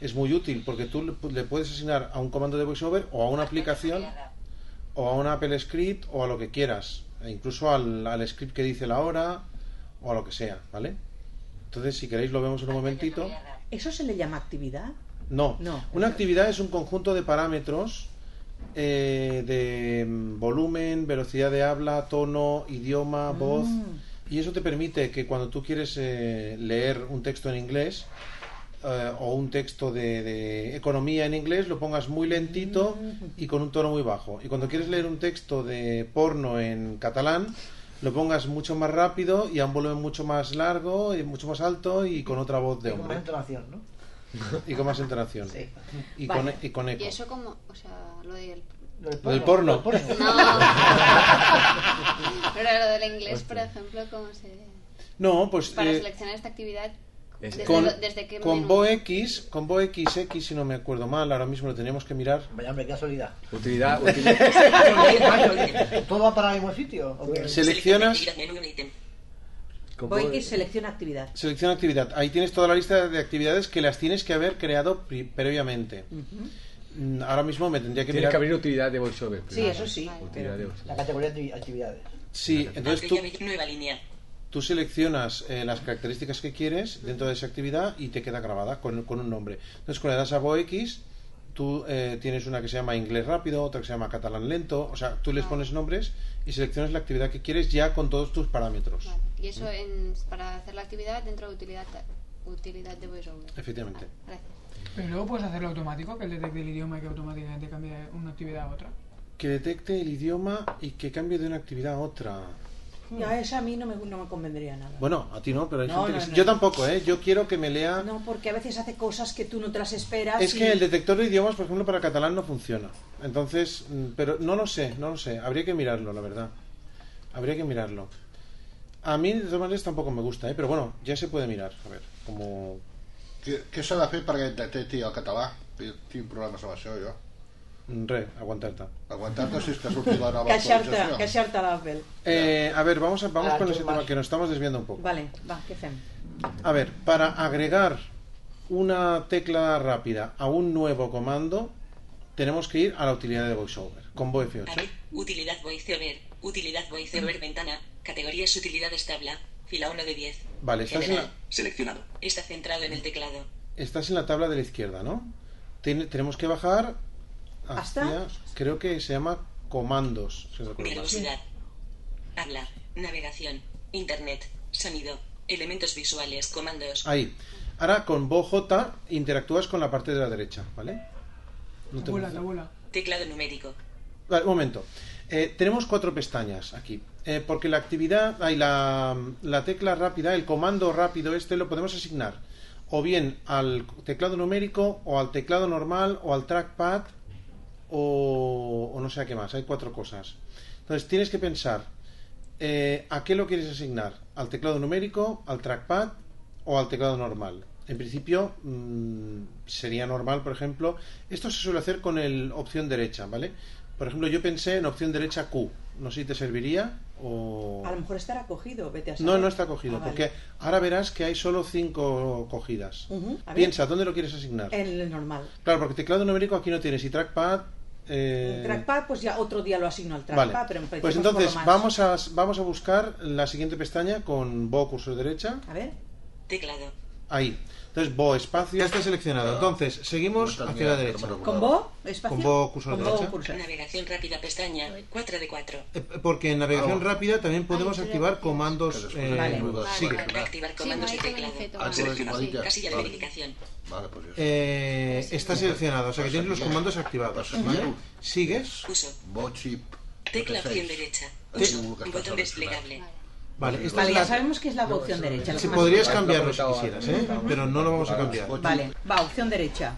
es muy útil porque tú le pu- le puedes asignar a un comando de VoiceOver o a una aplicación o a un Apple Script o a lo que quieras, e incluso al, al script que dice la hora o a lo que sea, ¿vale? Entonces, si queréis, lo vemos en un momentito.
¿Eso se le llama actividad?
No. Una actividad es un conjunto de parámetros eh, de mm, volumen, velocidad de habla, tono, idioma, voz. Y eso te permite que cuando tú quieres eh, leer un texto en inglés eh, o un texto de, de economía en inglés, lo pongas muy lentito y con un tono muy bajo. Y cuando quieres leer un texto de porno en catalán, lo pongas mucho más rápido y a un volumen mucho más largo y mucho más alto y con otra voz de
Con más
hombre.
entonación, ¿no?
Y con más entonación. Y,
Vale.
con, e, y con eco.
Y eso como, o sea, lo del...
Lo del porno.
Pero lo del inglés, por ejemplo, ¿cómo se...?
No, pues
Para
eh,
seleccionar esta actividad, desde,
con,
lo- desde qué
con
menú?
BoX, con BoXX, si no me acuerdo mal, ahora mismo lo teníamos que mirar.
Vaya, hombre, qué casualidad.
Utilidad,
¿Todo va para el mismo sitio? ¿O qué?
Seleccionas-
Voy a selecciona actividad.
Selección actividad. Ahí tienes toda la lista de actividades que las tienes que haber creado pri- previamente. Mm, Ahora mismo me tendría que
Tienes
mirar.
que abrir utilidad de VoiceOver.
Sí,
primero.
eso sí.
Pues
Utilidad de VoiceOver.
La categoría de actividades.
Sí, entonces tú,
Nueva línea.
tú seleccionas eh, las características que quieres dentro de esa actividad y te queda grabada con, con un nombre. Entonces, cuando le das a BoX, tú eh, tienes una que se llama inglés rápido, otra que se llama catalán lento. O sea, tú les pones nombres y seleccionas la actividad que quieres ya con todos tus parámetros.
Y eso en- para hacer la actividad dentro de utilidad, utilidad de VoiceOver.
Efectivamente.
Gracias.
Pero luego puedes hacerlo automático, que el detecte el idioma y que automáticamente cambie una actividad a otra.
Que detecte el idioma y que cambie de una actividad a otra.
Ya, esa a mí no me, no me convendría nada.
Bueno, a ti no, pero hay
No,
gente que
no,
sí.
no.
Yo tampoco, ¿eh? Yo quiero que me lea.
No, porque a veces hace cosas que tú no te las esperas.
Es
y-
que el detector de idiomas, por ejemplo, para catalán no funciona. Entonces, mm, pero no lo sé, no lo sé. Habría que mirarlo, la verdad. Habría que mirarlo. A mí, de todas maneras, tampoco me gusta, ¿eh? Pero bueno, ya se puede mirar. A ver, como...
Què, què s'ha de fer perquè detecti el català? Que jo tinc problemes amb això, jo.
mm, Re, aguantar-te.
Aguantar-te si és que surti la nova
Queixar-te,
actualització.
queixar-te a l'Apple.
Eh, a ver, vamos, a, vamos
Ah,
con
tú
ese
vas.
tema que nos estamos desviando un poco.
Vale, va, ¿qué hacemos?
A ver, para agregar una tecla rápida a un nuevo comando, tenemos que ir a la utilidad de VoiceOver, con VoF8.
Utilidad voiceover. Utilidad voiceover ventana. Categorías utilidades tabla. Fila 1 de 10.
Vale, estás en, la,
Seleccionado. Está centrado en el teclado.
estás en la tabla de la izquierda, ¿no? Tiene- tenemos que bajar
Hasta-
hacia, creo que se llama comandos. si recuerdo mal.
Velocidad. Habla. Navegación. Internet. Sonido. Elementos visuales. Comandos.
Ahí. Ahora con VoJ interactúas con la parte de la derecha, ¿vale? No te-
Teclado numérico.
Vale, un momento. Eh, tenemos cuatro pestañas aquí. Eh, porque la actividad, hay la, la tecla rápida, el comando rápido, este lo podemos asignar o bien al teclado numérico, o al teclado normal, o al trackpad, o, o no sé a qué más. Hay cuatro cosas. Entonces tienes que pensar eh, a qué lo quieres asignar: al teclado numérico, al trackpad o al teclado normal. En principio mm, sería normal, por ejemplo, esto se suele hacer con el opción derecha, ¿vale? Por ejemplo, yo pensé en opción derecha Q. No sé si te serviría o...
A lo mejor estará cogido, vete a saber.
No, no está cogido,
Ah, vale.
porque ahora verás que hay solo cinco cogidas.
Ujú, a ver. Eh.
Piensa, ¿dónde lo quieres asignar?
El el normal.
Claro, porque teclado numérico aquí no tienes y trackpad... eh,
El trackpad, pues ya otro día lo asigno al trackpad,
Vale.
pero empecemos
Pues
por lo
entonces
más.
vamos a, vamos a buscar la siguiente pestaña con Bo cursor derecha.
A ver.
Teclado.
Ahí. Entonces Bo espacio. Ah. Ya está seleccionado. Entonces seguimos hacia la derecha.
¿Con Bo? ¿Espacio?
Con Bo cursor
Con Bo
derecha. Eh,
cursor.
Navegación rápida pestaña 4 de 4.
Porque en navegación
Ah,
rápida también podemos activar comandos. eh,
Vale.
nuevos. Sigue.
Activar comandos de teclado.
Ah,
Seleccionado.
sí.
Casilla de
Vale.
verificación.
Vale, pues
Eh, está seleccionado, o sea que tienes los comandos activados. ¿vale? Sigues.
Uso.
Bochip.
Tecla
Entonces,
opción derecha.
Te-
Uso. Botón desplegable.
Vale, esta
Vale,
es
ya
la-
sabemos que es la opción derecha. la
Si
que
podrías
más-
cambiarlo si quisieras, ¿eh? pero no lo vamos a cambiar.
Vale, va, opción derecha.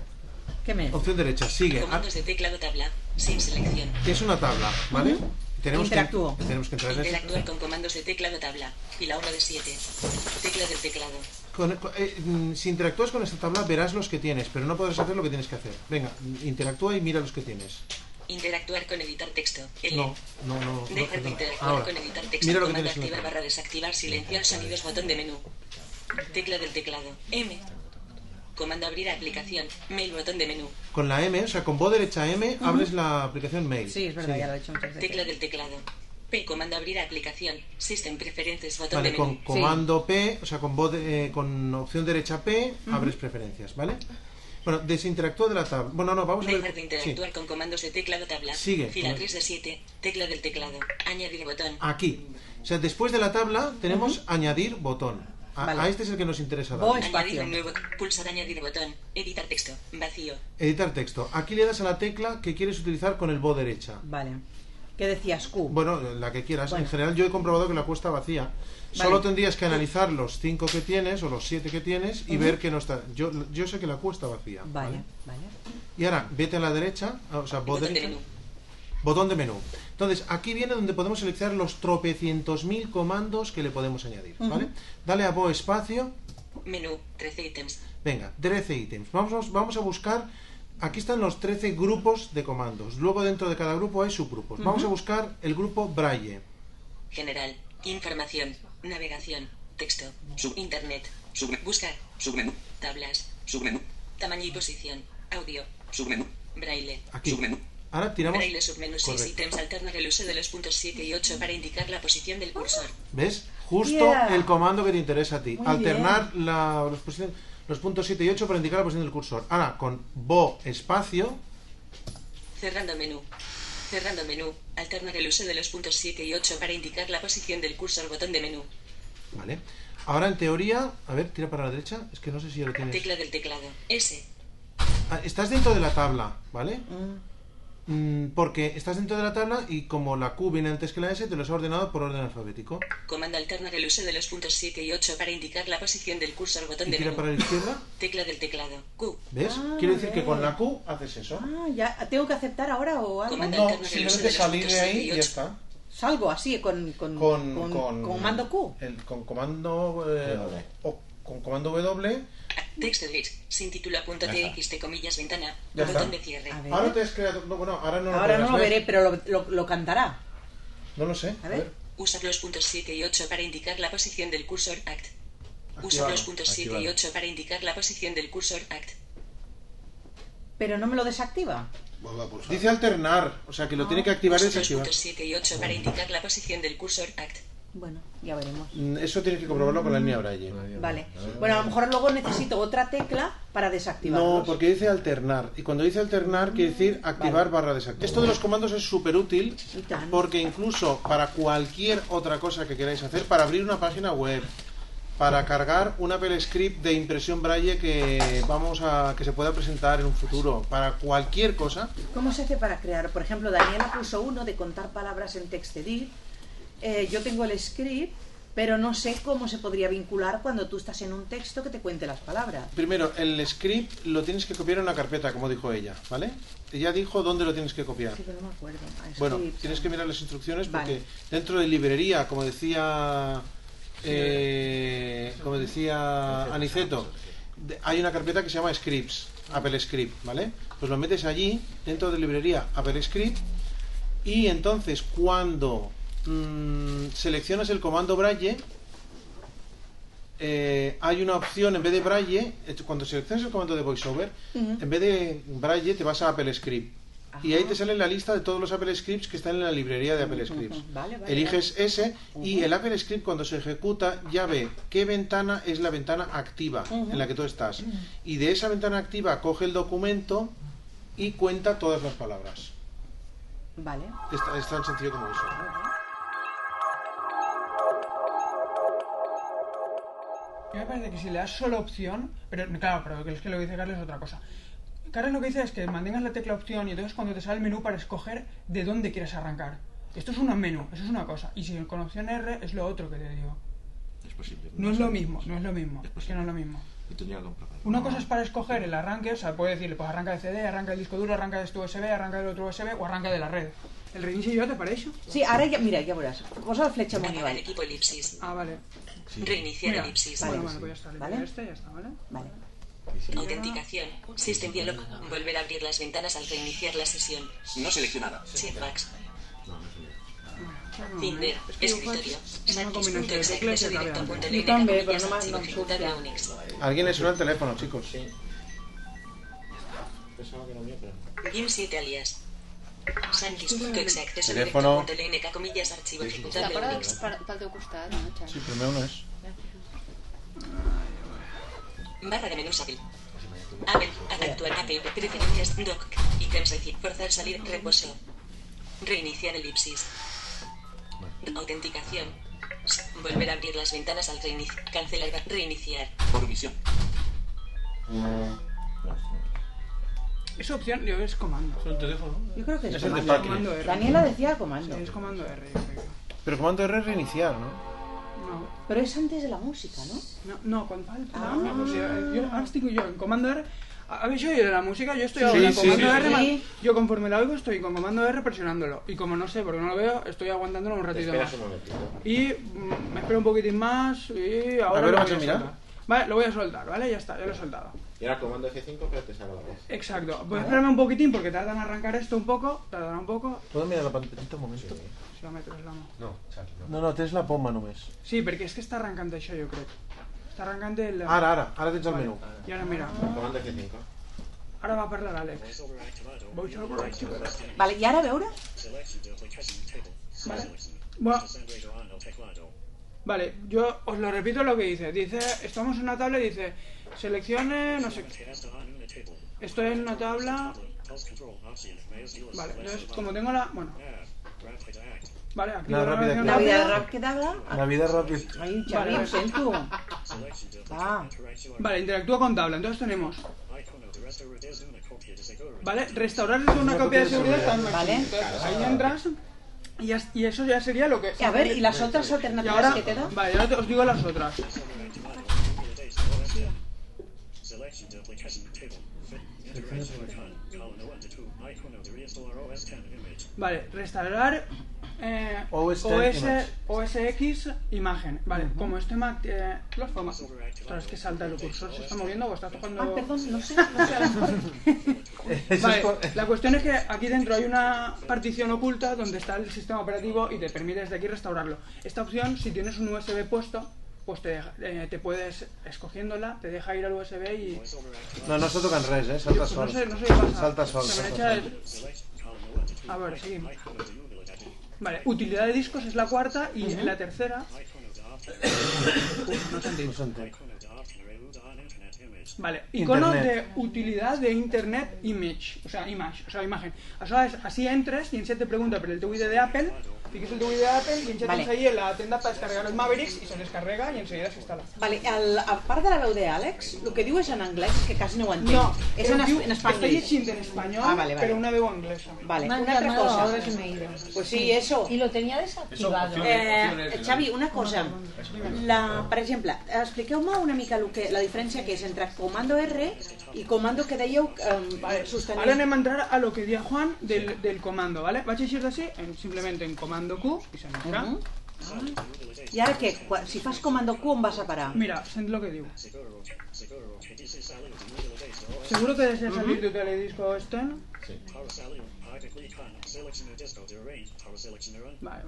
¿Qué me?
Opción derecha, sigue. Ah,
Comandos de teclado tabla. Sin selección.
Es una tabla, ¿vale? Tenemos que,
Interactúo.
tenemos que entrar en ese-
Interactuar con comandos de teclado tabla. Fila 1 de 7. Tecla del teclado.
Con- con- eh, mm, si interactúas con esta tabla verás los que tienes, pero no podrás hacer lo que tienes que hacer. Venga, interactúa y mira los que tienes.
Interactuar con editar texto. El-
No, no, no. no,
Dejar de
perdona.
interactuar
Ahora,
con editar texto.
mira lo que
comando
tienes en la
activar
tabla.
barra desactivar silenciar sonidos botón de menú. Tecla del teclado. M. Comando abrir aplicación. Mail botón de menú.
Con la M, o sea, con voz derecha M,
Ujú.
abres la aplicación Mail.
Sí, es verdad, ya lo he
hecho muchas
Tecla del teclado. P. Comando abrir aplicación. System preferences botón
Vale,
de
con
menú.
comando P, o sea, con, voz de- eh, con opción derecha P,
Ujú.
abres preferencias, ¿vale? Bueno, desinteractúa de la tabla. Bueno, no, vamos a ver.
Dejar de interactuar con comandos de teclado tabla.
Sigue.
Fila
Vale.
3 de 7. Tecla del teclado. Añadir botón.
Aquí. O sea, después de la tabla tenemos añadir botón. A, a este es el que nos interesa. darle.
Añadir un nuevo. Pulsar añadir botón. Editar texto. Vacío.
Editar texto. Aquí le das a la tecla que quieres utilizar con el bo derecha.
Vale. ¿Qué decías, Q?
Bueno, la que quieras.
Bueno.
En general yo he comprobado que la cuesta vacía. Solo
Vale.
tendrías que analizar los 5 que tienes o los 7 que tienes y
Ujú.
ver que no está... Yo, yo sé que la cuesta vacía.
Vale, vale.
Y ahora, vete a la derecha, ah, o sea, botón
de
derecha. Botón de menú. Entonces, aquí viene donde podemos seleccionar los tropecientos mil comandos que le podemos añadir,
Ujú.
¿vale? Dale a Bo espacio,
Menú. 13 ítems.
venga, 13 ítems. Vamos, vamos a buscar, aquí están los 13 grupos de comandos. Luego dentro de cada grupo hay subgrupos. Vamos
Ujú.
a buscar el grupo Braille.
General. Información. Navegación. Texto. Internet. Buscar.
Submenú.
Tablas.
Submenú.
Tamaño y posición. Audio.
Submenú.
Braille.
Aquí. Ahora tiramos...
Braille submenú 6
Correcto.
ítems alternar el uso de los puntos 7 y 8 para indicar la posición del cursor.
¿Ves? Justo
Yeah.
el comando que te interesa a ti.
Muy
Alternar la- los, posiciones- los puntos 7 y 8 para indicar la posición del cursor. Ahora, con Bo espacio,
Cerrando menú. Cerrando menú. Alternar el uso de los puntos 7 y 8 para indicar la posición del cursor botón de menú.
Vale. Ahora en teoría, a ver, tira para la derecha, es que no sé si ya lo tienes.
Tecla del teclado. S.
Ah, estás dentro de la tabla, ¿vale? Mm, porque estás dentro de la tabla y como la Q viene antes que la S, te los ha ordenado por orden alfabético.
Comando alternar el uso de los puntos 7 y 8 para indicar la posición del cursor botón
Y
de
tira
menú.
para la izquierda,
Tecla del teclado. Q.
¿ves?
Ah,
Quiere decir que
vale.
con la Q haces eso.
Ah, ya, ¿tengo que aceptar ahora o algo?
No, simplemente salir de ahí y ya está.
Salgo así, con, con,
Con,
con-
con-
comando Q.
el- con comando eh, o con comando W.
Text edit. Sin título punto
Ya
txt comillas ventana.
Ya
botón
está.
de cierre.
A ver.
Ahora te has creado. No, bueno, ahora no lo
ahora no
podrás
lo
ver.
veré, pero lo, lo- lo cantará.
No lo sé.
A ver.
Usar los puntos 7 y 8 para indicar la posición del cursor ACT. Usar
Activado,
los puntos 7 y
activado.
8 para indicar la posición del cursor ACT.
Pero no me lo desactiva.
Dice alternar, o sea que lo tiene
Ah,
que activar y
Usar los
desactivar.
puntos 7 y 8 para indicar la posición del cursor ACT.
Bueno, ya veremos.
Mm, Eso tienes que comprobarlo con la línea Braille.
Vale. Bueno, a lo mejor luego necesito otra tecla para desactivarlos.
No, porque dice alternar. Y cuando dice alternar, quiere decir activar barra desactivar. Esto de los comandos es súper útil porque incluso para cualquier otra cosa que queráis hacer, para abrir una página web, para cargar un Apple Script de impresión Braille que vamos a que se pueda presentar en un futuro, para cualquier cosa,
¿Cómo se hace para crear? Por ejemplo, Daniela puso uno de contar palabras en TextEdit. Eh, yo tengo el script, pero no sé cómo se podría vincular cuando tú estás en un texto que te cuente las palabras.
Primero, el script lo tienes que copiar en una carpeta, como dijo ella, ¿vale? Ella dijo dónde lo tienes que copiar.
Sí, pero no me acuerdo. Ah,
Bueno,
script.
tienes que mirar las instrucciones porque
Vale.
dentro de librería, como decía, eh, como decía Aniceto, de- hay una carpeta que se llama scripts, Apple Script, ¿vale? Pues lo metes allí, dentro de librería Apple Script, Y entonces cuando mm, seleccionas el comando Braille, eh, hay una opción en vez de Braille, eh, cuando seleccionas el comando de VoiceOver,
Ujú.
en vez de Braille te vas a Apple Script. Y ahí te sale la lista de todos los Apple Scripts que están en la librería de Apple Scripts.
Vale, vale.
Eliges ese y el Apple Script cuando se ejecuta ya ve qué ventana es la ventana activa
Ujú.
en la que tú estás. Y de esa ventana activa coge el documento y cuenta todas las palabras.
Vale.
Es, es tan sencillo como eso.
A mí me parece que si le das solo opción, pero claro, pero es que lo que dice Carlos es otra cosa. Carlos lo que dice es que mantengas la tecla opción y entonces cuando te sale el menú para escoger de dónde quieres arrancar. Esto es un menú, eso es una cosa. Y si con opción R es lo otro que te digo.
Es posible.
No es lo mismo, no es lo mismo. Es que no es lo mismo.
Y tendría que comprobarlo.
Una cosa es para escoger el arranque, o sea, puedes decirle, pues arranca de CD, arranca el disco duro, arranca de tu USB, arranca del otro USB o arranca de la red. ¿El reiniciar yo te parece?
Sí, ahora ya, mira, ya verás. Vos a la flecha muy
Apagar equipo elipsis.
Ah, vale.
Reiniciar
Mira,
elipsis.
Bueno, vale, pues ya está. ¿Vale? Este, ya está, ¿vale?
Vale.
Autenticación. System dialog. Volver a abrir las ventanas al reiniciar la sesión.
No seleccionada.
Checkbox.
no,
Tinder.
es que
Escritorio.
es una combinación de
Satis.
teclas y
Acceso directo
tablero.
a punto
Yo
elegida,
también,
comillas,
pero no me-
archivo
no me
ejecutar
surge.
a Unix.
Alguien le suena el teléfono, chicos.
Pensaba que no había, pero.
Gim 7 alias. Santis. Coex. Acceso directo
Teléfono.
a punto LNK, comillas, archivo ejecutar de
Para,
Unix.
para, para el teu costat, no, Xavi?
Sí, primer uno es.
Barra de menús Apple. Apple, adaptuar Apple, preferencias, doc, ítems decir, forzar salir, reposo. Reiniciar elipsis. Autenticación. Volver a abrir las ventanas al reiniciar. Cancelar, reiniciar.
Por omisión.
Es opción, yo es comando. Es un teléfono.
Yo creo que es,
Es el de
comando.
Pac-Man.
Comando R.
Daniela decía comando.
Sí, es comando R, yo creo.
Pero comando R es reiniciar, ¿no?
No.
Pero es antes de la música, ¿no? Ah.
No, no quan fa el programa, o sigui, jo, ara estic jo en Comando R, a- habéis oído la música, yo estoy
Sí,
ahora en
sí,
Comando
sí,
R,
sí.
man- yo conforme la oigo estoy con Comando R presionándolo, y como no sé, porque no lo veo, estoy aguantándolo un ratito más. Y mm, me espero un poquitín más, y ahora
A ver,
lo
vamos
voy
a
a
mirar.
soltar. Vale, lo voy a soltar, ¿vale? Ya está, ya lo he soltado.
Y ahora comando F5, pero te salga la voz.
Exacto, pues espérame un poquitín porque tarda en arrancar esto un poco, tardará un poco,
¿Puedo mirar la pantallita un momento?
si la meto, es la mà.
No, Charlie,
No, no, tens la poma només.
Sí, perquè és que està arrancant això, jo crec. Està arrancant el...
Ara, ara, ara tens el menú.
I ara mira.
Comando F5.
Ara va parlar l'Àlex. Voice over IT.
Vale, ¿y ahora veure?
Bueno, vale, yo os lo repito lo que dice. Dice, estamos en una tabla y dice, seleccione, no sé qué. Estoy en una tabla, vale, entonces como tengo la... Bueno, vale, aquí
La rápida que-
Navidad Rap que habla.
Navidad Rapid.
Ay, Xavi,
Vale. Ah.
vale. sento. Va.
Vale, interactúa con tabla, entonces tenemos... Vale, restaurar una copia de seguridad está en máximo.
Vale.
Entonces, ahí entras y, ya- y eso ya sería lo que... Pues,
A ver, ¿y las otras
Y
alternativas
ahora,
que te da?
Vale, ahora te- os digo las otras. Vale, restaurar eh,
OS
OS,
image.
OSX imagen. Vale, como este Mac. Eh, los formas. Ostras, es que salta el cursor, se está moviendo o está tocando.
Ah, perdón, no sé, no sé.
Vale, la cuestión es que aquí dentro hay una partición oculta donde está el sistema operativo y te permite desde aquí restaurarlo. Esta opción, si tienes un USB puesto, pues te, deja- eh, te puedes, escogiéndola, te deja ir al USB y... Pues
No, no està tocant res, eh? Salta sol.
No sé, no sé qué pasa.
Salta sol.
Se me
salta
echa
sol.
el-
Ah,
A ver, seguimos. Vale, utilidad de discos es la cuarta y
Ujú.
la tercera... Uf, no sentí.
No s'entén.
Vale, icono
Internet.
de utilidad de Internet Image, o sea, image, o sea, imagen. O sea, es- así entres y en set te pregunta por el tu ID de Apple, piques el tu ID de Apple y en set
Vale.
tens ahí en la tienda para descargar los Mavericks y se descarga y enseguida se instala.
Vale, el, a part de la veu d'Àlex, el que diu és en anglès, és que quasi no ho entenc.
No,
és en,
eh,
es-
diu-
en
estoy
espanyol.
diciendo en español,
Ah, vale, vale.
pero una veu inglesa.
Vale,
Me han
una altra
llamado
cosa.
ahora que me he ido.
Pues sí, eso.
Y lo tenía desactivado.
Eh, Xavi, una cosa. La, per exemple, expliqueu-me una mica el que, la diferència que és entre comando R i comando que dèieu eh, sostenir.
Ahora vamos a entrar a lo que decía Juan del, del comando, ¿vale? Vais a ir así, en- simplemente en comando Q y se entra.
Ujú. Ah. I ara què? Quan- Si fas comando Q on vas a parar?
Mira, sent lo que digo. Seguro que deseas salir de tu teledisco este, ¿no?
Sí.
Vale,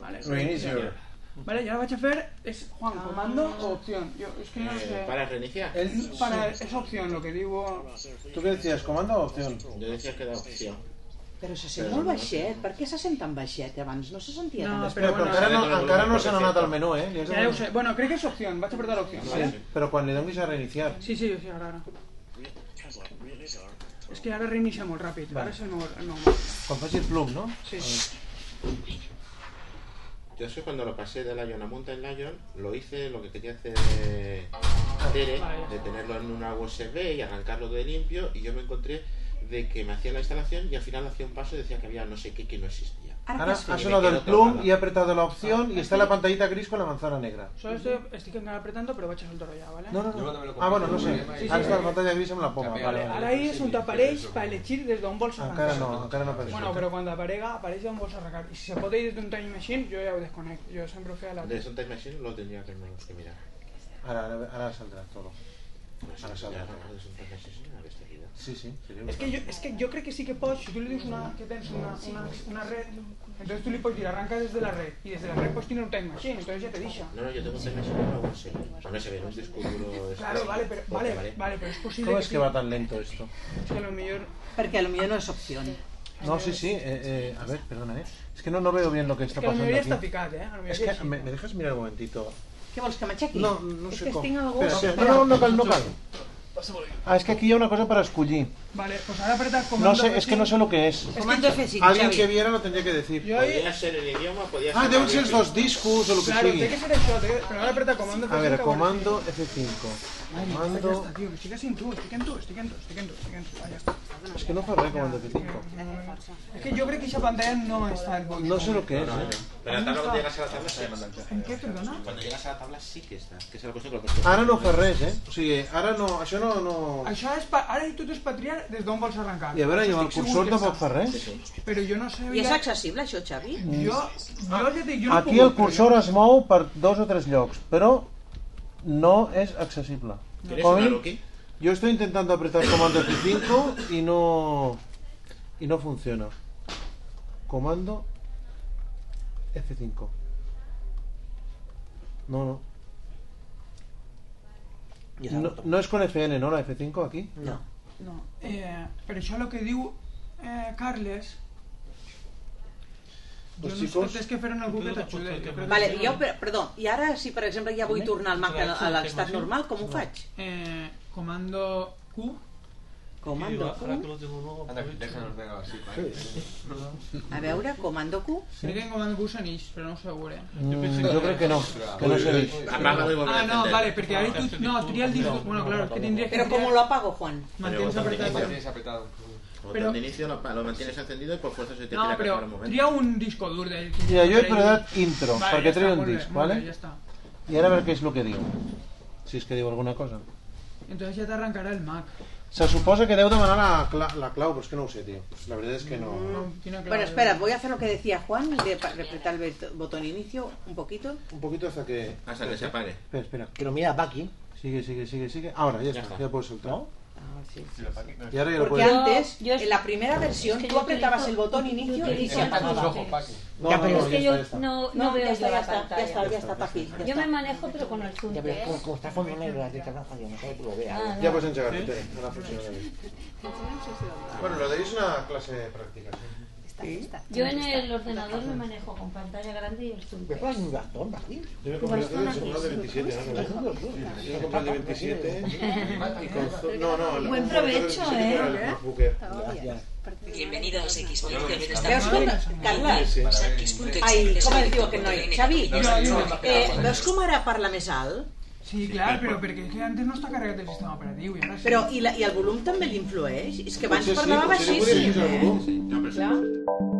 vale. pues,
Reinicio.
Vale, y ahora va a hacer es
Ah.
Juan, comando o opción. Yo, es que
Eh,
no sé.
¿Para reiniciar?
Es para, es opción lo que digo.
¿Tú qué decías, comando o opción?
Yo decía que era opció.
Però se sent molt baixet. Per què se sent tan baixet? Abans no se sentia
No,
tan
però, però encara no, encara no se n'ha anat al menú, eh? Li has de
Ja ho
donar-
sé. Bueno, crec que és opció, vaig a apretar l'opció, vale?
Sí, però quan li donis a reiniciar.
Sí, sí, sí, ara, ara. És que ara reinicia molt ràpid,
Vale.
ara se no... no.
Quan faci el plum, no?
Sí.
Yo sé cuando lo pasé de Lion a Mountain Lion, lo hice lo que quería hacer
Ah,
Tere, de tenerlo en una USB y arrancarlo de limpio, y yo me encontré de que me hacía la instalación y al final hacía un paso y decía que había no sé qué que no existía.
Ahora ha
Y me
sonado
quedé
el plum
traumado.
y ha apretado la opción y está la pantallita gris con la manzana negra.
Solo estoy, estic encara apretando, però vaig a soltar-ho ja, vale?
No, no, no. Ah, bueno, no sé.
Sí, sí,
Ara està la
sí.
pantalla gris amb la poma. Vale,
Ara
vale.
ahí és on apareix per elegir des d'on vols arrancar.
Encara no, encara no apareix.
Bueno, però quan aparega, apareix d'on vols arrancar. I si se pot ir des d'un time machine, jo ja ho desconecto. Jo sempre ho feia a la...
De Sun Time Machine lo tendría que, que mirar.
Ahora, ahora, ahora saldrá todo. Ahora saldrá todo.
Pues De Sun Time Machine es una bestialidad.
Sí, sí. sería
És que, jo, és que jo crec que sí que pots, si tu li dius una, que tens una, una, una red, entonces tu li pots dir arranca des de la red, i des de la red pots tenir un time machine, entonces ja te deixa.
No, no, yo tengo un Time Machine en la USB. Bueno, se ve en un disco duro. de-
Claro, vale, pero,
Porque
vale, vale, pero es posible
¿Cómo
que
es que va tan lento esto?
que a lo mejor...
Perquè a lo millor no és opció.
No, sí, sí. eh, eh, a ver, perdona, ¿eh? Es que no, no veo bien lo que está
que a lo
pasando
mejor ya está
aquí.
picat, eh? A lo mejor
Es
ya
que,
sí.
¿me, me dejas mirar un momentitó?
Què vols, que m'aixequi?
No, no
és
sé
que
com.
tinc algú...
Espera, espera. No, no, no cal, no cal. Ah, es que aquí hay una cosa para escullir.
Vale, pues ahora apretas comando...
No sé, es que no sé lo que es.
Comando F5,
Alguien
Xavi.
que viera lo tendría que decir.
Yo ahí- Podría
ser el idioma, podía
Ah, deben ser los discos o lo que
Claro,
sigui.
tiene que ser eso, té que- pero ahora apreta comando
A ver,
F5, bueno.
comando F5.
Ay, no,
Comando-
ya está, tío, que sigue sin tú, estoy en tú, estoy en tú, estoy en tú, estoy en tú, ah, ya está.
Es que no faré comando F5.
Es que yo creo que esa pantalla no está el botón.
No sé lo que es. eh.
Pero la tabla cuando llegas a la tabla sí.
¿En qué, perdona?
Cuando llegas a la tabla sí que está. Que es la cuestión que lo puedes-
Ara no fa res, eh? O sigui, ara no, això no... no...
Això és pa... ara tu tens per triar des d'on vols arrencar.
I a veure, i amb el
Estic segur
cursor
que
tampoc
saps.
fa res.
Però jo no sabia...
I és accessible, això, Xavi?
Jo, jo ja dic, jo no
Aquí
puc,
el cursor es mou per dos o tres llocs, però no és accessible.
¿Tienes
Com a
una
mínim,
Loki?
Yo estoy intentando apretar comando F5 y no y no funciona. Comando F5. No, no.
Ya se ha
No,
roto.
no es con FN, ¿no? La F5 aquí.
No. No, eh, però això el que diu eh, Carles... Jo
Pues
no
chicos,
sé, tens que fer-ho en algú que t'ajude. jo crec que-
Vale, jo, per- perdó, i ara si per exemple ja vull
També?
tornar al Mac a a l'estat
Sí.
normal, com ho faig?
Eh, comando Q.
Comando Q.
Anda, déjame ordenar así, ¿vale?
A veure, comando Q.
Crec que comando Q s'anix, però no ho segure.
Mm, yo creo que no. Que no se dice.
Ah, no, vale, perquè ara tu... No, tria el disco... Bueno, claro, es que tindries que...
Però com lo apago, Juan?
Mantens
Pero
apretado.
Mantienes
apretado.
Pero...
Pero-
de inicio lo, pa- lo mantienes encendido y por fuerza se te
No,
tiene que
però
acabar un momento.
tria un disco dur del...
Mira, yo he probado intro,
Vale,
para
ya
que
está,
traiga un
molt bé,
disc,
molt bé,
¿vale?
Ja està.
Y ahora a ver qué es lo que digo. Si es que digo alguna cosa.
Entonces ja t'arrencarà el Mac.
Se supone que debo demanar la, cla- la clau, pero es que no lo sé, tío. La verdad es que no. no.
Bueno, espera, voy a hacer lo que decía Juan de pa- de apretar el bet- botón inicio un poquito.
Un poquito hasta que...
Hasta que se apague.
Espera, espera. Que lo mira Bucky. Sigue, sigue, sigue, sigue. Ahora, ya,
Ya
está,
está.
ya puedes soltar. Y ahora ya lo
Porque
puedes...
antes, en la primera versión, tú apretabas el botón inicio y se apagaba.
No,
Ya,
no,
pero
no, ya
es que
está,
yo
ya está.
No,
No,
no
ya
veo
está,
yo
ya
la
está, ya
pantalla.
está, ya está, Paquín, ya
Yo
está.
me manejo, pero con el zoom.
Ya, pero
¿eh?
como, como está fondo negro, la teta no jodió, no sabe por lo vea.
Ah,
Ya puedes enchegar, a la función. Bueno, lo deis una clase de práctica.
Yo en el ordenador me manejo con pantalla grande y el zoom.
¿Me pones un bastón, Martín?
Yo me compré uno de 27 años. Yo me compré el de 27 y con... zo- No, no, el-
Buen
el de
provecho,
27
¿eh?
era el MacBook Air.
Bienvenidos X. Funciones de
¿Veos com, Carla? Ai, com el diu que noi? Xavi, eh, veus com ara parla més alt?
Sí, clar, però perquè és que antes no està carregat el sistema operatiu i ara sí.
Però i, la, i el volum també l'influeix? És que abans
Potser sí,
parlava
potser li podries
baixíssim,
pujar el
eh?
volum.
Clar.